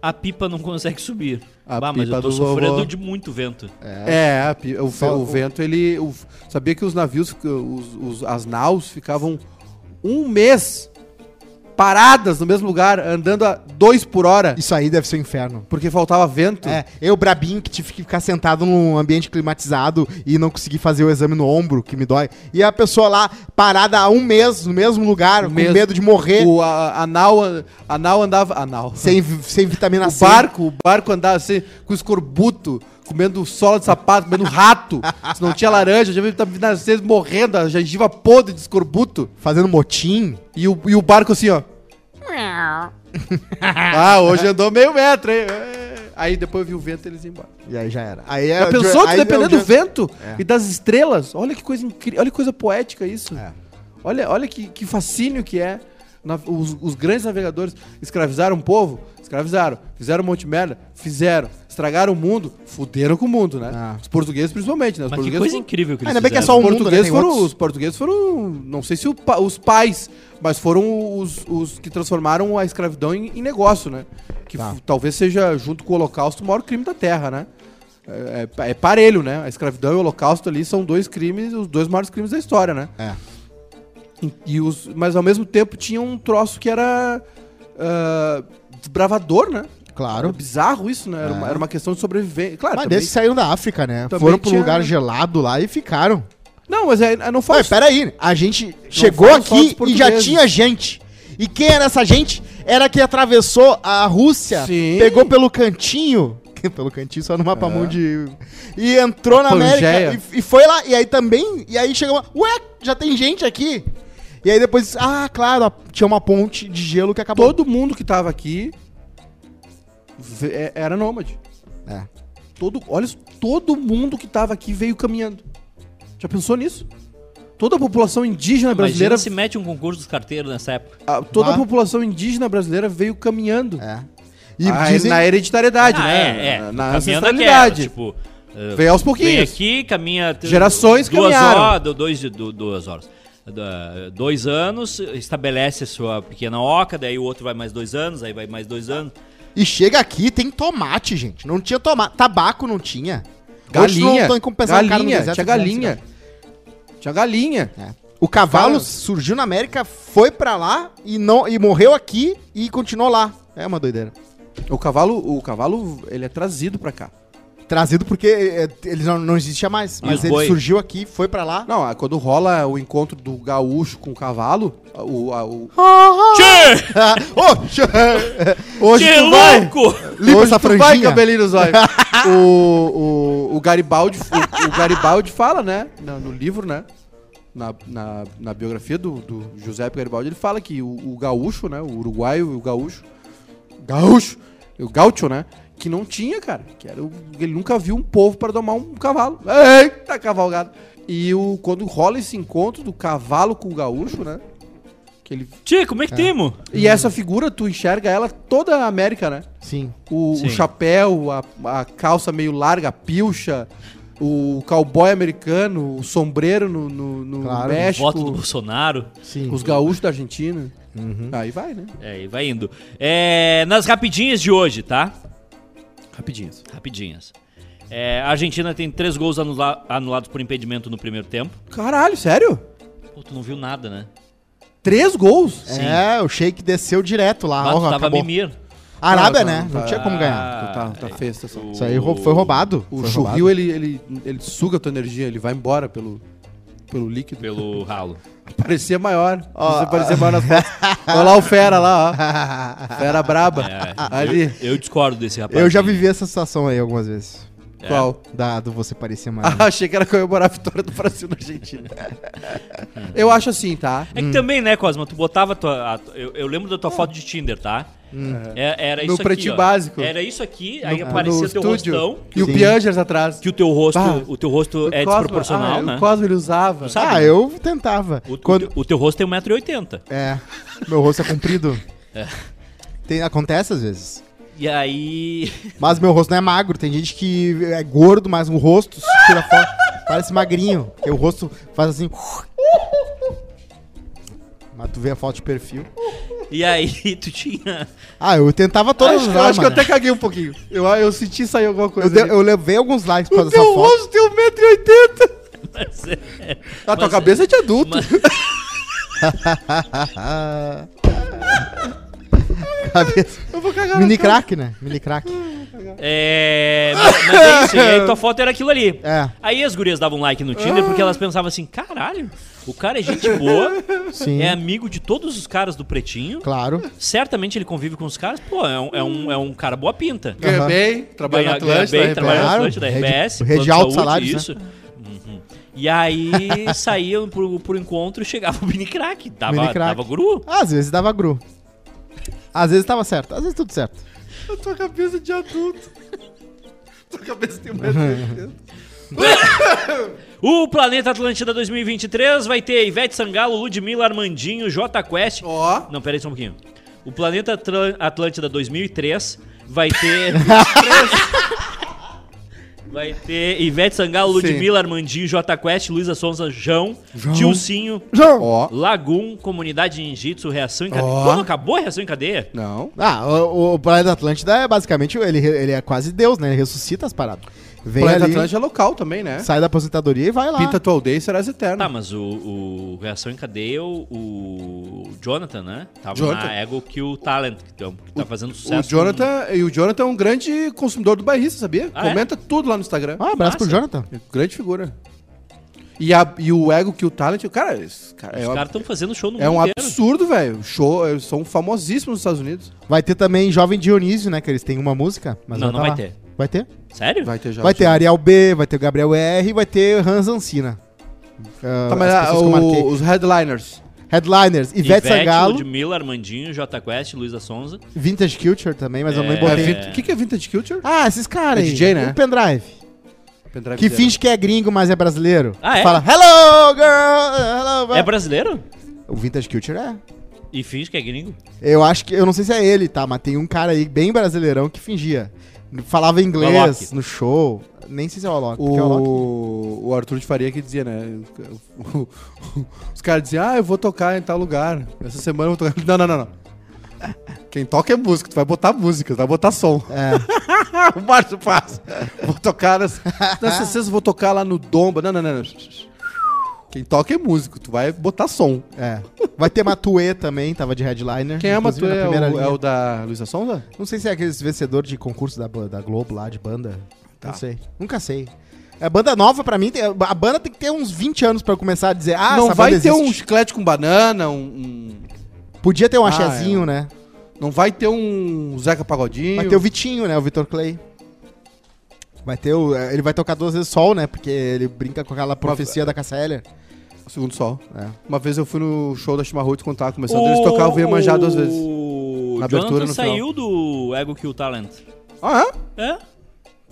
A: a pipa não consegue subir.
B: A
A: bah, mas
B: pipa
A: eu tô
B: do
A: sofrendo
B: vovô.
A: de muito vento.
B: É, a pi- o, fe-
G: Só
B: o
G: o-
B: vento, ele. o- sabia que os navios, que os, os- as naus ficavam um mês paradas no mesmo lugar, andando a dois por hora,
G: Isso aí deve ser um inferno.
B: porque faltava vento.
G: É, eu brabinho que tive que ficar sentado num ambiente climatizado e não consegui fazer o exame no ombro, que me dói. E a pessoa lá parada há um mês no mesmo lugar, com
B: Mesmo.
G: medo de morrer,
B: O, a, a, nau, an- a nau andava. A nau.
G: sem, sem vitamina
B: o
G: C.
B: barco, o barco andava assim, com escorbuto, comendo sola de sapato, comendo rato. Se não tinha laranja, já vi tá vindo às vezes morrendo, a gengiva podre de escorbuto.
G: Fazendo motim.
B: E o, (laughs) e o barco assim, ó. ah, hoje andou meio metro, hein? É. Aí depois viu o vento e eles iam embora.
G: E aí já era. Aí é
B: Já
G: o
B: pensou
G: John-
B: que
G: aí é o
B: dependendo do
G: John-
B: vento
G: É.
B: e das estrelas? Olha que coisa incrível, olha que coisa poética isso.
G: É.
B: Olha, olha que, que fascínio que é. Na- os, os grandes navegadores escravizaram o povo? Escravizaram. Fizeram um monte de merda? Fizeram. Estragaram o mundo? Fuderam com o mundo, né?
G: Ah.
B: Os portugueses principalmente, né? Os
A: Mas que
B: portugueses
A: coisa
B: foram-
A: incrível que eles
G: Ainda bem que é
B: os
G: só um mundo, né?
B: portugueses
G: Tem
B: foram,
G: outros.
B: Os portugueses foram, não sei se o pa- os pais, mas foram os, os que transformaram a escravidão em, em negócio, né? Que
G: Tá.
B: f- talvez seja, junto com o Holocausto, o maior crime da Terra, né? É, é pa- é parelho, né? A escravidão e o Holocausto ali são dois crimes, os dois maiores crimes da história, né?
G: É.
B: E- E os, mas ao mesmo tempo tinha um troço que era ah, desbravador, né? Era
G: Claro.
B: bizarro isso, né? Era, uma, era uma questão de sobrevivência. Claro,
G: É. Mas
B: também-
G: desses saíram da África, né?
B: também
G: Foram pro
B: tinha-
G: lugar gelado lá e ficaram.
B: Não, mas é, não
G: Ué,
B: faz.
G: peraí, a gente chegou
B: foram só
G: aqui
B: dos
G: e já
B: portugueses.
G: tinha gente. E quem era essa gente? Era que atravessou a Rússia,
B: Sim. É.
G: pegou pelo cantinho, (laughs) pelo cantinho só no mapa mundi, e entrou na
B: Pangeia.
G: América e, e foi lá. E aí também, e aí chegou, uma- ué, já tem gente aqui. E aí depois, ah, claro, a- tinha uma ponte de gelo que acabou.
B: todo mundo que tava aqui ve- é- era nômade.
G: É.
B: Todo, olha, isso, todo mundo que tava aqui veio caminhando. Já pensou nisso? Toda a população indígena é brasileira,
A: Imagina se Ah. mete um concurso dos carteiros nessa época.
B: a- toda a
G: Lá.
B: população indígena brasileira veio caminhando.
G: É. E
B: Ah,
G: dizem,
B: na hereditariedade,
A: Ah,
B: né? Na- Na
A: Caminhando aquela,
B: ancestralidade.
A: tipo, eh,
B: veio aos
A: vem
B: pouquinhos.
A: aqui, caminha... t-
B: Gerações
A: duas
B: caminharam.
A: horas, do- dois, de- do- duas horas. Da- Dois anos, estabelece a sua pequena oca, daí o outro vai mais dois anos, aí vai mais dois anos.
G: e chega aqui, tem tomate, gente. Não tinha tomate, tabaco não tinha. Hoje
B: Galinha,
G: tão compensando o cara no
B: galinha,
G: deserto
B: tinha
G: que não é
B: galinha. né? Tinha galinha.
G: É. O cavalo
B: Cara-
G: surgiu na América, foi pra lá e não e morreu aqui e continuou lá. É uma doideira.
B: O cavalo, o cavalo, ele é trazido pra cá.
G: Trazido porque é, ele não, não existia mais,
A: E
G: mas
A: os
G: ele
A: boi?
G: surgiu aqui, foi pra lá. (laughs)
B: Não, ah, quando rola o encontro do gaúcho com o cavalo, a- o, a- o-
A: Tchê!
G: Ô, tchê!
B: (laughs) hoje
A: Tchê,
B: Ah, tu vai,
A: louco!
G: Limpa
B: (laughs) hoje
G: essa
B: tu vai,
G: franjinha.
B: cabelinho nos olhos. o, (laughs) o, o Garibaldi, o, o Garibaldi fala, né, na- no, livro, né, na, na, na biografia do, do Giuseppe Garibaldi, ele fala que o, o gaúcho, né, o uruguaio e o gaúcho, gaúcho, o gaúcho, né, que não tinha, cara, que era o- ele nunca viu um povo para domar um cavalo. Eita, cavalgado. E o, quando rola esse encontro do cavalo com o gaúcho, né, que ele
A: Tchê, como é que temos?
B: E essa figura, tu enxerga ela toda a América, né?
G: Sim.
B: O, o
A: Sim.
B: chapéu, a, a calça meio larga, a pilcha, o cowboy americano, o sombreiro no, no- no
G: Claro,
B: México,
A: Voto do Bolsonaro.
G: Sim.
B: os gaúchos da Argentina.
A: Uhum.
B: Aí vai, né?
A: É, e vai indo. É, nas rapidinhas de hoje, tá?
B: Rapidinho.
A: Rapidinhas. É, a Argentina tem três gols anula- anulados por impedimento no primeiro tempo.
B: Caralho, sério?
A: Pô, tu não viu nada, né?
B: Três gols?
A: Sim.
G: É, o Sheik desceu direto lá.
A: Ah,
G: ó,
A: tu tava
G: acabou.
A: mimir.
G: Arábia,
B: Não,
G: né?
B: não,
G: Não
B: tá-
G: tinha como ganhar.
A: Ah,
B: tá, tá festa essa.
A: o-
G: Isso aí rou- foi roubado.
B: O
G: Foi
B: churril, ele, ele, ele suga a tua energia, ele vai embora pelo, pelo líquido.
A: Pelo ralo.
B: Parecia maior. Você parecia maior nas fotos. Olha lá o fera lá, ó. Fera braba.
A: É,
B: Ali.
A: Eu discordo desse rapaz.
G: Eu já
A: aí.
G: vivi essa situação aí algumas vezes.
A: É.
B: Qual? (laughs)
G: Da, do você parecer mais.
B: Ah, achei que era comemorar a vitória do Brasil na Argentina.
A: (laughs)
B: eu acho assim, tá?
A: É que também, né, Cosma, tu botava tua. a tua- eu, eu lembro da tua foto de Tinder, tá? É- era
B: Hum. No
A: isso aqui.
B: pretinho
A: ó.
B: básico.
A: Era isso aqui,
B: No-
A: aí aparecia
B: no
A: teu
B: estúdio.
A: rostão.
B: E o
G: Sim.
B: Piangers atrás.
A: Que o teu rosto,
B: Bah.
A: o teu rosto é
B: Cosmo-
A: desproporcional,
B: ah,
A: né?
B: O Cosmo ele usava.
A: sabe?
G: Ah, eu tentava.
A: O, o
G: Quando-
A: teu- o teu rosto tem 1,80m.
G: É, meu rosto é comprido. Tem, acontece às vezes.
A: E aí.
G: Mas meu rosto não é magro. Tem gente que é gordo, mas o rosto se tira foto. Parece magrinho. Porque o rosto faz assim. Mas tu vê a foto de perfil.
A: E aí (laughs) tu tinha.
G: Ah, eu tentava todas
B: acho,
G: as
B: eu acho que eu
G: armas.
B: até caguei um pouquinho. Eu, eu senti sair alguma
G: Eu,
B: coisa.
G: de-
B: ali.
G: eu levei alguns likes
B: o
G: por causa
B: teu
G: dessa foto.
B: rosto tem 1,80m.
A: Mas, é,
B: A tua
A: mas-
B: cabeça é de (laughs) adulto.
A: mas-
B: é (laughs)
G: Cabeça.
B: Eu vou cagar.
G: Mini crack, né? Mini crack.
A: é, mas, mas é isso, e aí tua foto era aquilo ali.
G: É,
A: Aí as gurias davam like no Tinder porque elas pensavam assim: caralho, o cara é gente
B: (laughs)
A: boa,
G: sim.
A: é amigo de todos os caras do Pretinho.
G: Claro.
A: Certamente ele convive com os caras, pô, é um, é um, é um cara boa pinta.
B: Ganha
G: Aham.
B: bem, trabalha na
A: Ganha, ganha
B: Atlântica.
A: bem,
B: na
A: trabalha na
B: RBS.
G: né, Claro,
A: Atlântida, da
G: rede-
A: RBS.
G: rede
A: plano de
G: altos salários, né?
A: isso. Uhum. E aí (laughs) saíam pro, pro encontro e chegava o mini crack. Dava,
G: Mini crack.
A: dava guru.
G: Às vezes dava gru. Às vezes tava certo, às vezes tudo certo.
B: A tua cabeça de adulto. (laughs) Tua cabeça tem mais (laughs) de
A: O Planeta Atlântida 2023 vai ter Ivete Sangalo, Ludmilla, Armandinho, J Quest.
B: Ó.
A: Não, pera aí só um pouquinho. O Planeta Atl- Atlântida 2003 vai
B: (laughs)
A: ter. vai ter Ivete Sangalo,
B: Sim.
A: Ludmilla, Armandinho, J Quest, Luísa Sonza, João, Tilcinho,
G: João.
B: Ó.
A: Lagum, Comunidade Ninjitsu, Reação em Cadeia.
B: Ó.
A: Pô, não acabou a Reação em Cadeia?
B: Não.
G: Ah, o, o Planeta Atlântida é basicamente, ele, re- ele é quase Deus, né? Ele ressuscita as paradas. Vem
B: Planeta
G: ali,
B: Atlântico é local também, né?
G: sai da aposentadoria e vai lá.
B: Pinta tua aldeia e serás eterno.
A: Tá, mas o, o Reação em Cadeia, é o, o Jonathan, né? Tava
B: Jonathan.
A: na Ego Kill Talent, que tá- que tá fazendo
B: o
A: sucesso.
B: Jonathan, e o Jonathan é um grande consumidor do bairrista, sabia?
A: Ah, é?
B: Comenta tudo lá no Instagram.
G: Ah, abraço pro
A: Massa.
G: Jonathan.
B: Grande figura. E, a- e o ego que o talent, cara, esse cara
A: Os
B: é, um-
A: caras estão fazendo show no
B: é um
A: mundo tá inteiro.
B: absurdo, velho. Show, eles são famosíssimos nos Estados Unidos.
G: Vai ter também Jovem Dionísio, né? Que eles têm uma música. Mas
A: Não, não
G: tá
A: vai
G: lá.
A: ter.
G: Vai ter?
A: Sério?
B: Vai ter já.
G: vai ter Ariel B, vai ter Gabriel R, vai ter Hans Ancina.
B: Tá, mas ah, o- os headliners.
G: é Headliners, Ivete, Sangalo,
A: Ludmilla, Armandinho, J Quest, Luísa Sonza.
G: Vintage Culture também, mas eu não
A: É.
B: É
G: botei.
B: vin- O que, que é Vintage Culture?
G: Ah, esses caras
B: É
G: aí.
B: DJ, né?
G: O pendrive.
B: Pendrive
G: Que
B: zero.
G: finge que é gringo, mas é brasileiro.
A: Ah, é?
G: Fala, hello, girl! Hello,
A: É brasileiro?
G: O Vintage Culture é.
A: E finge que é gringo.
G: Eu acho que. Eu não sei se é ele, tá? Mas tem um cara aí bem brasileirão que fingia. Falava inglês
A: Alok.
G: no show. Nem sei se é o Alok. porque é o Alok.
B: O, o Arthur de Faria que dizia, né? Os caras diziam, ah, eu vou tocar em tal lugar. Essa semana eu vou tocar. Não, não, não, não. Quem toca é música, tu vai botar música, tu vai botar som.
G: É.
B: (laughs) o Márcio faz. Vou tocar nessa. Nessa sexta eu vou tocar lá no Domba. Não, não, não, não. Quem toca é músico, tu vai botar som.
G: É. Vai ter Matue também, tava de headliner.
B: Quem é a
G: inclusive,
B: Matu?
G: na
B: É,
G: primeira
B: o-
G: linha.
B: é o da Luísa Sonza?
G: Não sei se é aqueles vencedor de concurso da, ba- da Globo lá, de banda.
B: Tá.
G: Não sei. Nunca sei. É banda nova pra mim. tem- A banda tem que ter uns 20 anos pra eu começar a dizer, ah,
B: não
G: essa
B: vai
G: banda
B: ter um
G: existe.
B: chiclete com banana, um. um-
G: Podia ter um
B: Ah,
G: axézinho, né?
B: Não vai ter um Zeca Pagodinho.
G: Vai ter o Vitinho, né? O Vitor Clay. Vai ter o. é, Ele vai tocar duas vezes sol, né? Porque ele brinca com aquela profecia da Cassia
B: Segundo sol. né?
G: É.
B: Uma vez eu fui no show da Chimarruts quando tava começando,
A: Oh!
B: eles tocavam e manjar duas vezes.
A: O
B: Na abertura,
A: Jonathan
B: no
A: saiu do Ego Kill Talent.
B: Ah, é?
A: É?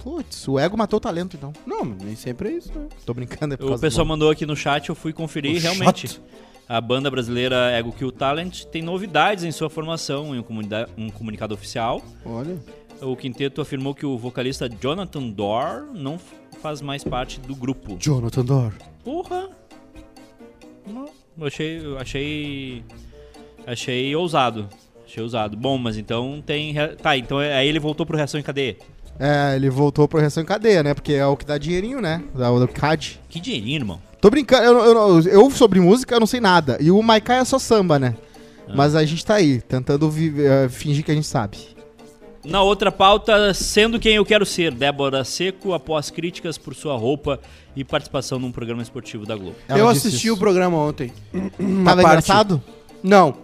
G: Putz, o ego matou o talento, então.
B: Não, nem sempre é isso, né? Oh,
G: Tô brincando, é por
A: O
G: causa
A: pessoal
G: do...
A: mandou aqui no chat, eu fui conferir
B: O
A: realmente.
B: chat.
A: A banda brasileira Ego Kill Talent tem novidades em sua formação em um comunida- um comunicado oficial.
B: Olha.
A: O quinteto afirmou que o vocalista Jonathan Dorr não f- faz mais parte do grupo.
B: Jonathan Dor.
A: Porra! Não, eu achei, eu achei. Achei ousado. Achei ousado. Bom, mas então tem. rea- Tá, então é- aí ele voltou pro reação em cadeia.
G: É, ele voltou pro reação em cadeia, né? Porque é o que dá dinheirinho, né? Da- O do CAD.
A: Que dinheirinho, irmão.
G: Tô brincando, eu, eu- eu- eu sobre música eu não sei nada. E o Maikai é só samba, né?
A: Ah.
G: Mas a gente tá aí, tentando vi- eh, fingir que a gente sabe.
A: Na outra pauta, sendo quem eu quero ser, Débora Seco, após críticas por sua roupa e participação num programa esportivo da Globo.
G: Ela
B: eu
G: disse
B: assisti
G: isso.
B: o programa ontem. Uma
G: Tava
B: parte.
G: engraçado?
B: Não.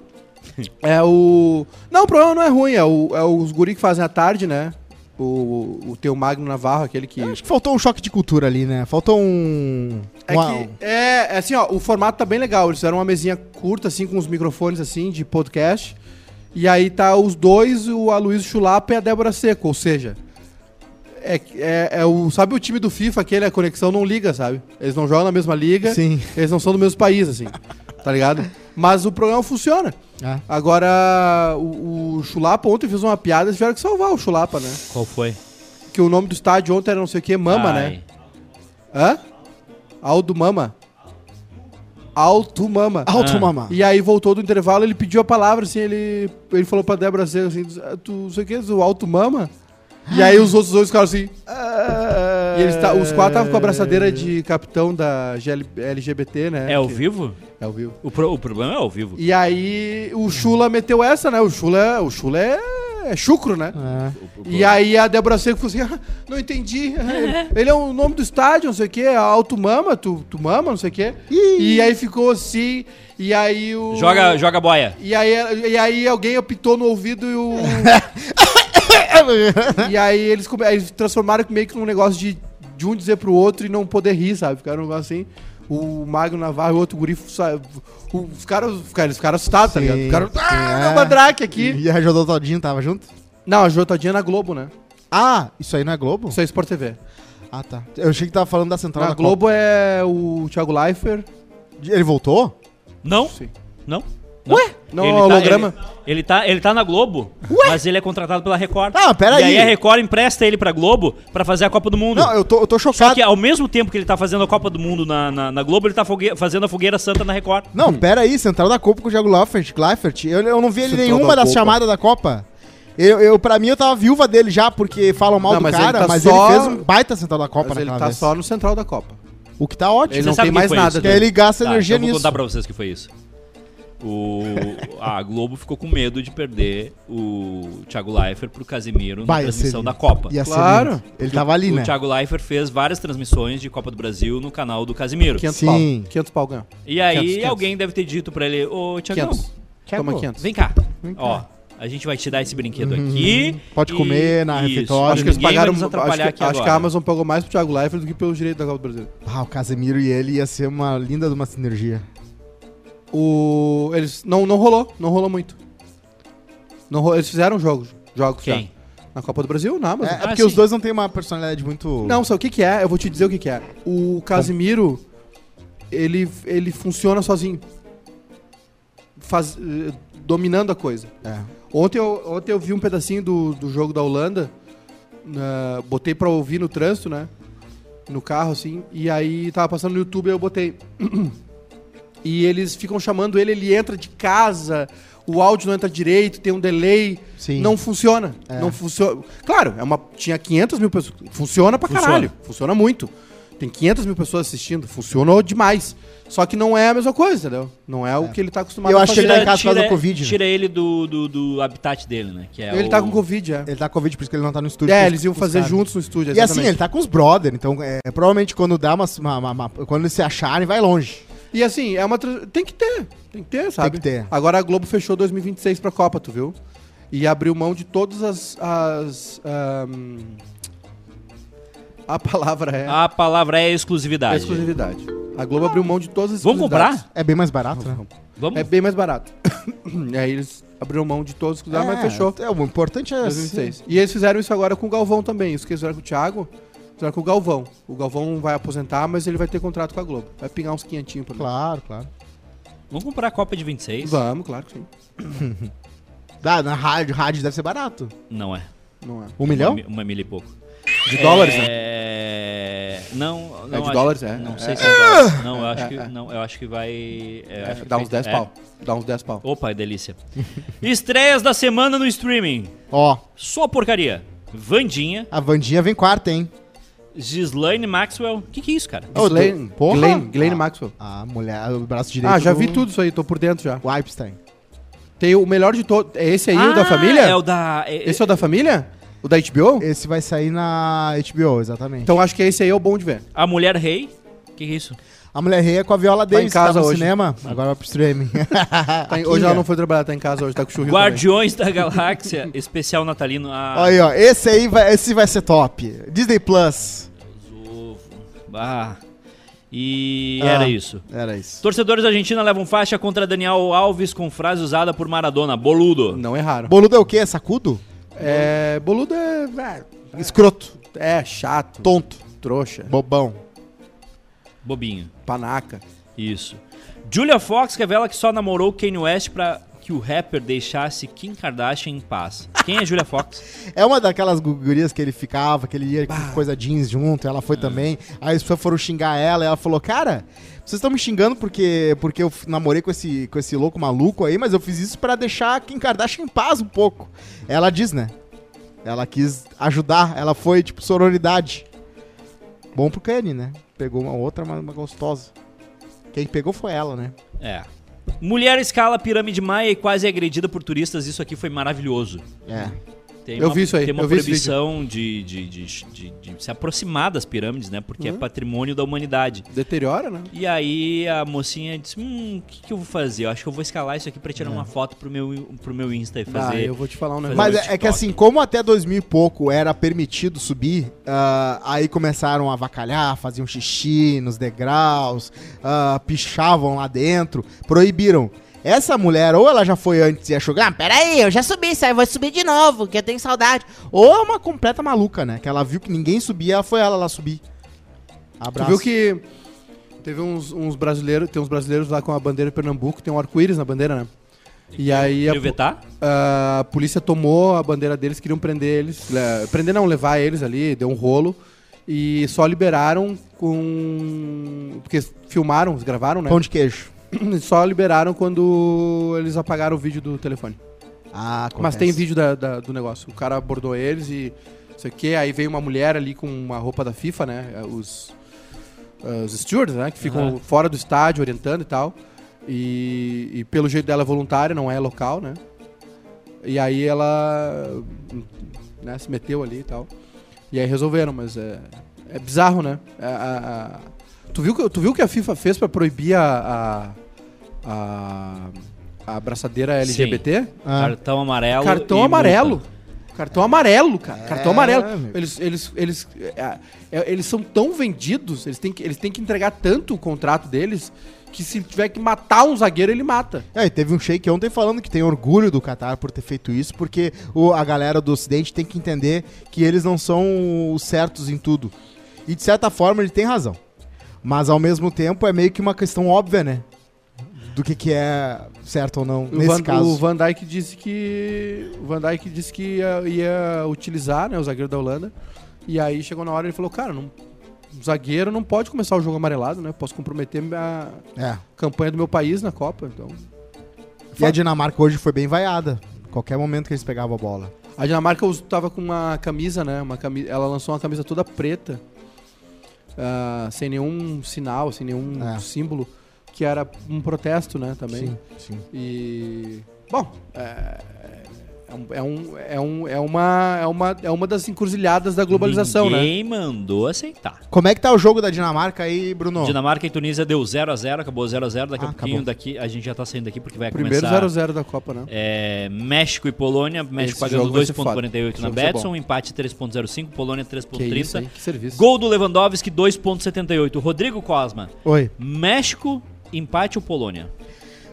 B: É o. Não, o programa não é ruim, é, o, é os guri que fazem à tarde, né? O, o teu Magno Navarro, aquele que.
G: Eu Acho que faltou um choque de cultura ali, né? Faltou um.
B: É
G: uma-
B: que, é, é assim, ó, o formato tá bem legal. Eles fizeram uma mesinha curta, assim, com os microfones, assim, de podcast. E aí tá os dois, o Aloysio Chulapa e a Débora Seco, ou seja... É, é, é o, sabe o time do FIFA, aquele, a conexão não liga, sabe? Eles não jogam na mesma liga,
G: Sim.
B: (laughs) eles não são do mesmo país, assim, tá ligado? Mas o programa funciona.
G: É.
B: Agora, o, o Chulapa ontem fez uma piada, eles tiveram que salvar o Chulapa, né?
A: Qual foi?
B: Que o nome do estádio ontem era não sei o que, Mama, né? Hã? Aldo Mama. Alto Mama.
G: Alto
A: Ah.
G: mamá.
B: E aí voltou do intervalo, ele pediu a palavra, assim, ele, ele falou pra Débora Seco, assim, "Ah, tu não sei o que, o Alto Mama? E aí os outros dois ficaram assim. "Ah". E eles ta- os quatro estavam com a abraçadeira de capitão da GL LGBT, né?
A: É, ao
B: Que-
A: vivo?
B: É ao vivo.
A: O, pro- o problema é ao vivo.
B: E aí o Chula meteu essa, né? O Chula, o Chula é, é chucro, né? E aí a Débora Seco falou assim, ah, não entendi. (laughs) Ele é o nome do estádio, não sei o quê, é Alto Mama, tu, tu mama, não sei o quê. E aí ficou assim, e aí o...
A: Joga, joga boia.
B: E aí, e aí alguém apitou no ouvido e o... É, (laughs) e aí eles, come- aí eles transformaram meio que num negócio de, de um dizer pro outro e não poder rir, sabe? Ficaram um negócio assim... O Magno Navarro e o outro guri... sa- o- Os caras ficaram, eles ficaram assustados, tá
G: Sim,
B: ligado? Ficaram...
G: sim,
B: Ah, meu
G: é.
B: mandrake aqui!
G: E a Jodô Todinho tava junto?
B: Não, a Jotadinha é na Globo, né?
G: Ah, isso aí não é Globo?
B: Isso é Sport TV.
G: Ah, tá. Eu achei que tava falando da Central
B: na
G: da
B: Globo é o Thiago Leifert.
G: Tá Copa. Ele voltou?
A: Não?
B: Sim.
A: Não?
B: Ué? Não,
A: Ele tá-
B: holograma.
A: ele, ele tá, ele tá na Globo, mas ele é contratado pela Record.
G: Ah, pera
A: E aí
G: aí.
A: é a Record empresta ele pra Globo pra fazer a Copa do Mundo.
G: Não, eu tô, eu tô
A: Só
G: chocado.
A: que ao mesmo tempo que ele tá fazendo a Copa do Mundo na, na, na Globo, ele tá fogue- fazendo a Fogueira Santa na Record.
G: Não, pera aí, Central da Copa com o Thiago Leifert. Leifert. Eu, eu não vi ele
B: Central
G: nenhuma
B: da
G: das
B: Copa.
G: chamadas da Copa. Eu, eu, pra mim, eu tava viúva dele já, porque falam mal
B: Não,
G: do
B: mas
G: cara,
B: ele tá
G: mas
B: só-
G: ele fez um baita Central da Copa
B: Mas ele
G: naquela
B: tá
G: vez.
B: só no Central da Copa.
G: O que tá ótimo.
B: Ele
A: Você
B: não
A: sabe
B: tem
A: quem
B: mais
A: foi
B: nada
A: isso?
G: Porque aí né? ele gasta energia
A: então eu
G: nisso.
A: vou contar pra vocês o que foi isso. O, a Globo ficou com medo de perder o Thiago Leifert pro Casemiro
G: Bah,
A: na
G: ia ser
A: transmissão
G: lindo.
A: da Copa.
G: Ia ser
B: Claro.
G: lindo. Ele tava ali,
A: o
G: né?
A: Thiago Leifert fez várias transmissões de Copa do Brasil no canal do Casemiro.
B: 500
G: Sim.
B: pau. 500 pau ganhou.
A: E aí
B: 500, 500.
A: alguém deve ter dito pra ele, ô Thiagão,
B: 500. Toma
G: Thiago,
B: 500.
A: vem cá. Ó, a gente vai te dar esse brinquedo aqui.
G: Pode
A: e-
G: comer na
A: Isso,
G: refeitório.
B: Acho que eles
A: ninguém vai
B: pagaram.
A: nos
B: Acho que,
A: atrapalhar aqui
B: acho que a
A: agora.
B: Amazon pagou mais pro Thiago Leifert do que pelo direito da Copa do Brasil.
G: Ah, o Casemiro e ele ia ser uma linda de uma sinergia.
B: O. Eles. Não, não rolou. Não rolou muito. Não ro- Eles fizeram jogos. Jogos
A: Quem?
B: já. Na Copa do Brasil, na
G: É,
B: Amazon.
G: é
A: Ah,
G: porque os
A: sim.
G: dois não têm uma personalidade muito.
B: Não, sabe o que que é? Eu vou te dizer o que que é. O Casimiro, ele, ele funciona sozinho. Faz, eh, dominando a coisa.
G: É.
B: Ontem eu, ontem eu vi um pedacinho do, do jogo da Holanda. na- botei pra ouvir no trânsito, né? No carro, assim. E aí tava passando no YouTube, aí eu botei. (clears throat) e eles ficam chamando ele, ele entra de casa, o áudio não entra direito, tem um delay.
G: Sim.
B: Não funciona. Não funciona. Claro, é uma, tinha 500 mil pessoas. Funciona pra
A: Funciona.
B: caralho. Funciona muito. Tem 500 mil pessoas assistindo. Funcionou demais. Só que não é a mesma coisa, entendeu? Não é, o que ele tá acostumado
G: Eu
B: a
G: achei
B: fazer.
G: Ele tá em casa por causa do Covid, né?
A: Tira ele do, do, do habitat dele, né? Que é
B: Ele
A: o-
B: tá com Covid, é.
G: Ele tá com Covid, por isso que ele não tá no estúdio.
B: É,
G: com-
B: eles iam
G: com os
B: fazer
G: caras.
B: juntos no estúdio,
G: E assim,
B: exatamente.
G: ele tá com os brother, então é, provavelmente quando dá uma, uma- uma- uma- Quando eles se acharem, vai longe.
B: E assim, é uma. tra- Tem que ter. Tem que ter, sabe?
G: que ter.
B: Agora a Globo fechou 2026 pra Copa, tu viu? E abriu mão de todas as. as ahm, A palavra é.
A: A palavra é exclusividade.
B: exclusividade. A Globo abriu mão de todas as
A: Vamos
B: exclusividades.
A: comprar?
G: É bem mais barato, né?
A: Vamos?
B: É bem mais barato. (coughs) e aí eles abriram mão de todas as
G: É,
B: exclusividades, mas fechou.
G: É, o importante é.
B: 2026. E eles fizeram isso agora com o Galvão também. Isso que eles fizeram com o Thiago, fizeram com o Galvão. O Galvão vai aposentar, mas ele vai ter contrato com a Globo. Vai pingar uns quinhentinhos pra mim.
G: Claro, claro.
A: Vamos comprar a Copa de 26?
B: Vamos, claro que sim.
G: Dá, na rádio, rádio deve ser barato.
A: Não é.
B: Não é.
G: Um milhão?
A: Uma, mi- uma milha e pouco.
B: De dólares, né?
A: É... Não, não
B: de
A: acho-
B: dólares, é.
A: Não
B: É.
A: sei se é dólares. Não, eu acho que, não, eu acho que vai... eu acho que
B: Dá
A: vai-
B: uns 10
A: é.
B: pau. Dá uns 10 pau.
A: Opa, é delícia. Estreias da semana no streaming.
G: Ó,
A: Só porcaria. Vandinha,
G: a Vandinha vem quarta, hein?
A: Gislaine Maxwell. Que que é isso, cara?
G: Ô,
B: Glenn,
G: do- porra.
B: Glenn, Glenn
G: Ah.
B: Maxwell.
G: A mulher, o braço direito.
B: Ah, já
G: do-
B: vi tudo isso aí, tô por dentro já.
G: O Einstein.
B: Tem o melhor de todos. É esse aí, o da
A: Ah,
B: família?
A: É o da... é-
B: Esse é o da família? O da HBO?
G: Esse vai sair na HBO, exatamente.
B: Então acho que esse aí é o bom de ver.
A: A Mulher Rei. Que que é isso?
G: a mulher rei é com a viola
B: Tá em
G: Davis, que
B: casa
G: no
B: hoje.
G: cinema, agora vai pro streaming.
B: (laughs) Tá em- hoje
G: né?
B: ela não foi trabalhar, tá em casa hoje, tá com o churril também.
A: Guardiões da Galáxia, (laughs) especial natalino. Ah,
G: Olha aí, ó. Esse aí vai, esse vai ser top. Disney Plus.
A: ovo. Ah. E
G: Ah.
A: era isso.
G: Era isso.
A: Torcedores da Argentina levam faixa contra Daniel Alves com frase usada por Maradona. Boludo.
B: Não erraram.
G: Boludo é o quê? É Sacudo?
B: É, boludo é,
G: Escroto.
B: é, é chato,
G: Tonto.
B: trouxa,
G: Bobão.
A: Bobinho.
B: panaca.
A: Isso. Julia Fox revela que só namorou Kanye West pra que o rapper deixasse Kim Kardashian em paz. Quem é Julia Fox?
G: É uma daquelas gu- gurias que ele ficava, que ele ia com coisa jeans junto, ela foi também. Aí as pessoas foram xingar ela, e ela falou: Cara, vocês estão me xingando porque, porque eu f- namorei com esse, com esse louco maluco aí, mas eu fiz isso pra deixar a Kim Kardashian em paz um pouco. Ela diz, né? Ela quis ajudar, ela foi tipo sororidade. Bom pro Kanye, né? Pegou uma outra, uma, uma gostosa. Quem pegou foi ela, né?
A: É. Mulher escala a pirâmide maia e quase é agredida por turistas. Isso aqui foi maravilhoso.
G: É.
A: Tem
B: Eu
A: uma,
B: vi isso aí,
A: Tem uma
B: eu vi esse
A: proibição de, de, de, de- de se aproximar das pirâmides, né? Porque
B: Uhum.
A: é patrimônio da humanidade.
B: Deteriora, né?
A: E aí a mocinha disse: Hum, o que, que eu vou fazer? Eu acho que eu vou escalar isso aqui pra tirar uma foto pro meu, pro meu Insta e
B: É. Ah,
A: fazer.
B: eu vou te falar um
A: fazer
B: negócio.
G: Mas
A: no
G: é, é que
A: TikTok.
G: assim, como até 2000 e pouco era permitido subir, ah, aí começaram a avacalhar, faziam xixi nos degraus, ah, pichavam lá dentro, proibiram. Essa mulher, ou ela já foi antes e achou, ah, peraí, eu já subi, isso aí eu vou subir de novo, que eu tenho saudade. Ou é uma completa maluca, né? Que ela viu que ninguém subia, foi ela lá subir.
B: Tu
G: Abraço.
B: viu que teve uns, uns brasileiros, tem uns brasileiros lá com a bandeira de Pernambuco, tem um arco-íris na bandeira, né? E aí a,
A: Queria vetar?
B: a polícia tomou a bandeira deles, queriam prender eles, le- prender não, levar eles ali, deu um rolo e só liberaram com porque filmaram, gravaram, né?
G: Pão de queijo.
B: (clears throat) Só liberaram quando eles apagaram o vídeo do telefone.
G: Ah,
B: Mas tem vídeo da- da- do negócio. O cara abordou eles e não sei o que. Aí veio uma mulher ali com uma roupa da FIFA, né? Os, os stewards, né? Que ficam
A: Aham.
B: fora do estádio orientando e tal. E, e pelo jeito dela é voluntária, não é local, né? E aí ela né, se meteu ali e tal. E aí resolveram, mas é, é bizarro, né? É, a- a- tu, viu, que- tu viu o que a FIFA fez pra proibir a, a, a, a abraçadeira
A: Sim.
B: LGBT?
A: Cartão amarelo. e
B: Ah. Cartão
A: multa.
B: amarelo. Cartão amarelo, cara. Cartão
G: É,
B: amarelo.
G: amigo.
B: Eles, eles, eles, é, é, eles são tão vendidos, eles têm, que, eles têm que entregar tanto o contrato deles que se tiver que matar um zagueiro, ele mata.
G: É, e teve um shake ontem falando que tem orgulho do Qatar por ter feito isso, porque o- a galera do Ocidente tem que entender que eles não são os certos em tudo. E de certa forma ele tem razão. Mas ao mesmo tempo é meio que uma questão óbvia, né? Do que, que é certo ou não,
B: O
G: nesse
B: Van, o
G: caso.
B: Van Dijk disse que. O Van Dijk disse que ia, ia utilizar, né, o zagueiro da Holanda. E aí chegou na hora e ele falou, cara, não, o zagueiro não pode começar o jogo amarelado, né? Posso comprometer a
G: É.
B: campanha do meu país na Copa. Então.
G: E a Dinamarca hoje foi bem vaiada. Qualquer momento que eles pegavam a bola.
B: A Dinamarca us- tava com uma camisa, né? Uma camisa, ela lançou uma camisa toda preta, ah, sem nenhum sinal, sem nenhum
G: É.
B: símbolo, que era um protesto, né? Também.
G: sim.
B: E bom, é, é um- é um, é um, é uma, é uma, é uma das encruzilhadas da globalização, né?
A: Ninguém mandou aceitar.
G: Como é que tá o jogo da Dinamarca aí, Bruno?
A: Dinamarca e Tunísia deu 0x0, acabou 0x0. Daqui
G: Ah,
A: a pouquinho
G: acabou.
A: daqui, a gente já tá saindo daqui porque vai
B: Primeiro
A: começar
B: 0x0 da Copa, né?
A: é, México e Polônia. México
B: Esse
A: pagando
B: jogo vai ser foda.
A: 2,48
B: Esse
A: na
B: jogo vai ser
A: Betson, empate 3,05, Polônia
B: Que é isso,
A: 3,30.
B: hein? Que serviço.
A: Gol do Lewandowski 2,78. Rodrigo Cosma,
G: Oi.
A: México, empate ou Polônia?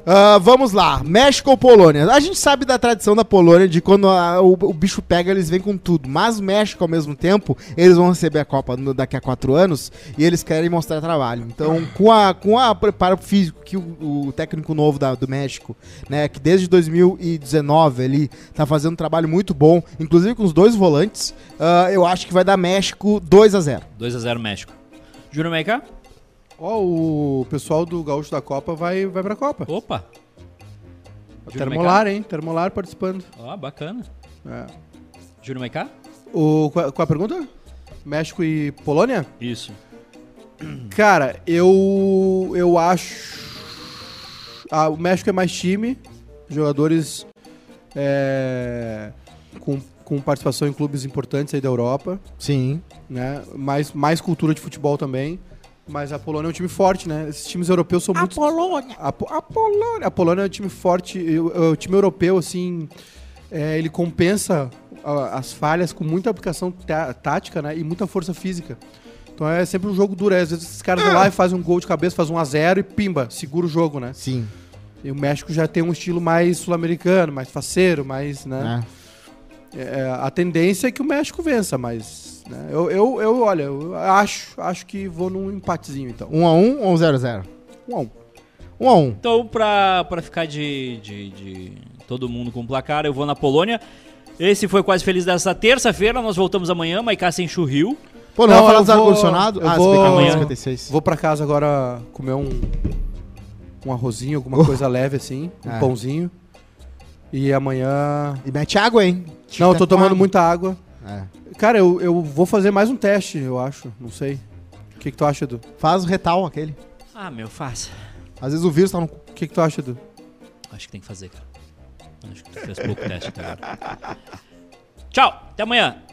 G: Ah, vamos lá, México ou Polônia? A gente sabe da tradição da Polônia de quando a- o, o bicho pega, eles vêm com tudo. Mas o México, ao mesmo tempo, eles vão receber a Copa no- daqui a quatro anos e eles querem mostrar trabalho. Então, com a, com a preparo físico que o, o técnico novo da- do México, né, que desde 2019 ele tá fazendo um trabalho muito bom, inclusive com os dois volantes, ah, eu acho que vai dar México 2 a 0
A: 2x0 México. Júnior Maiká?
B: Ó, o pessoal do Gaúcho da Copa vai, vai pra Copa.
A: Opa! Júnior
B: Termolar, hein? Termolar participando.
A: Maiká? Ó, bacana.
B: É.
A: Júnior Maiká?
B: O, qual, qual a pergunta? México e Polônia?
A: Isso.
B: Cara, eu. Eu acho. Ah, o México é mais time, jogadores é, com, com participação em clubes importantes aí da Europa,
G: Sim.
B: né? Mais, mais cultura de futebol também. Mas a Polônia é um time forte, né? Esses times europeus são muito.
G: Polônia.
B: A, Po- a Polônia. A Polônia é um time forte. e O, o time europeu, assim, é, ele compensa a- as falhas com muita aplicação tá- tática né, e muita força física. Então é sempre um jogo duro. é, Às vezes esses caras vão lá e fazem um gol de cabeça, fazem um a zero e pimba, segura o jogo, né?
G: Sim.
B: E o México já tem um estilo mais sul-americano, mais faceiro, mais, né?
G: né?
B: É, a tendência é que o México vença, mas... né, eu, eu, eu, olha, eu acho, acho que vou num empatezinho, então.
G: 1 a 1 ou 0 a 0
B: Um a um.
G: 1 a 1
A: Então, pra, pra ficar de, de, de todo mundo com placar, eu vou na Polônia. Esse foi o Quase Feliz dessa terça-feira. Nós voltamos amanhã, Maiká sem churril.
G: Pô, não,
B: Não,
G: vai falar
B: eu
G: dos
B: vou-
G: ar-condicionado?
B: eu
G: Ah,
B: vou-
G: se bem que amanhã
A: amanhã.
G: 56.
B: Vou pra casa agora comer um um arrozinho, alguma coisa leve assim, um
G: Ah.
B: pãozinho. E amanhã.
G: E mete água, hein?
B: Não, eu tô
G: com
B: tomando
G: água.
B: muita água.
G: É.
B: Cara, eu, eu vou fazer mais um teste, eu acho. Não sei. O que, que tu acha, Edu?
G: Faz o retal aquele.
A: Ah, meu, faça.
G: Às vezes o vírus tá no... cu.
B: O que, que tu acha, Edu?
A: Acho que tem que fazer, cara. Acho que tu fez pouco teste até agora. Tchau, até amanhã.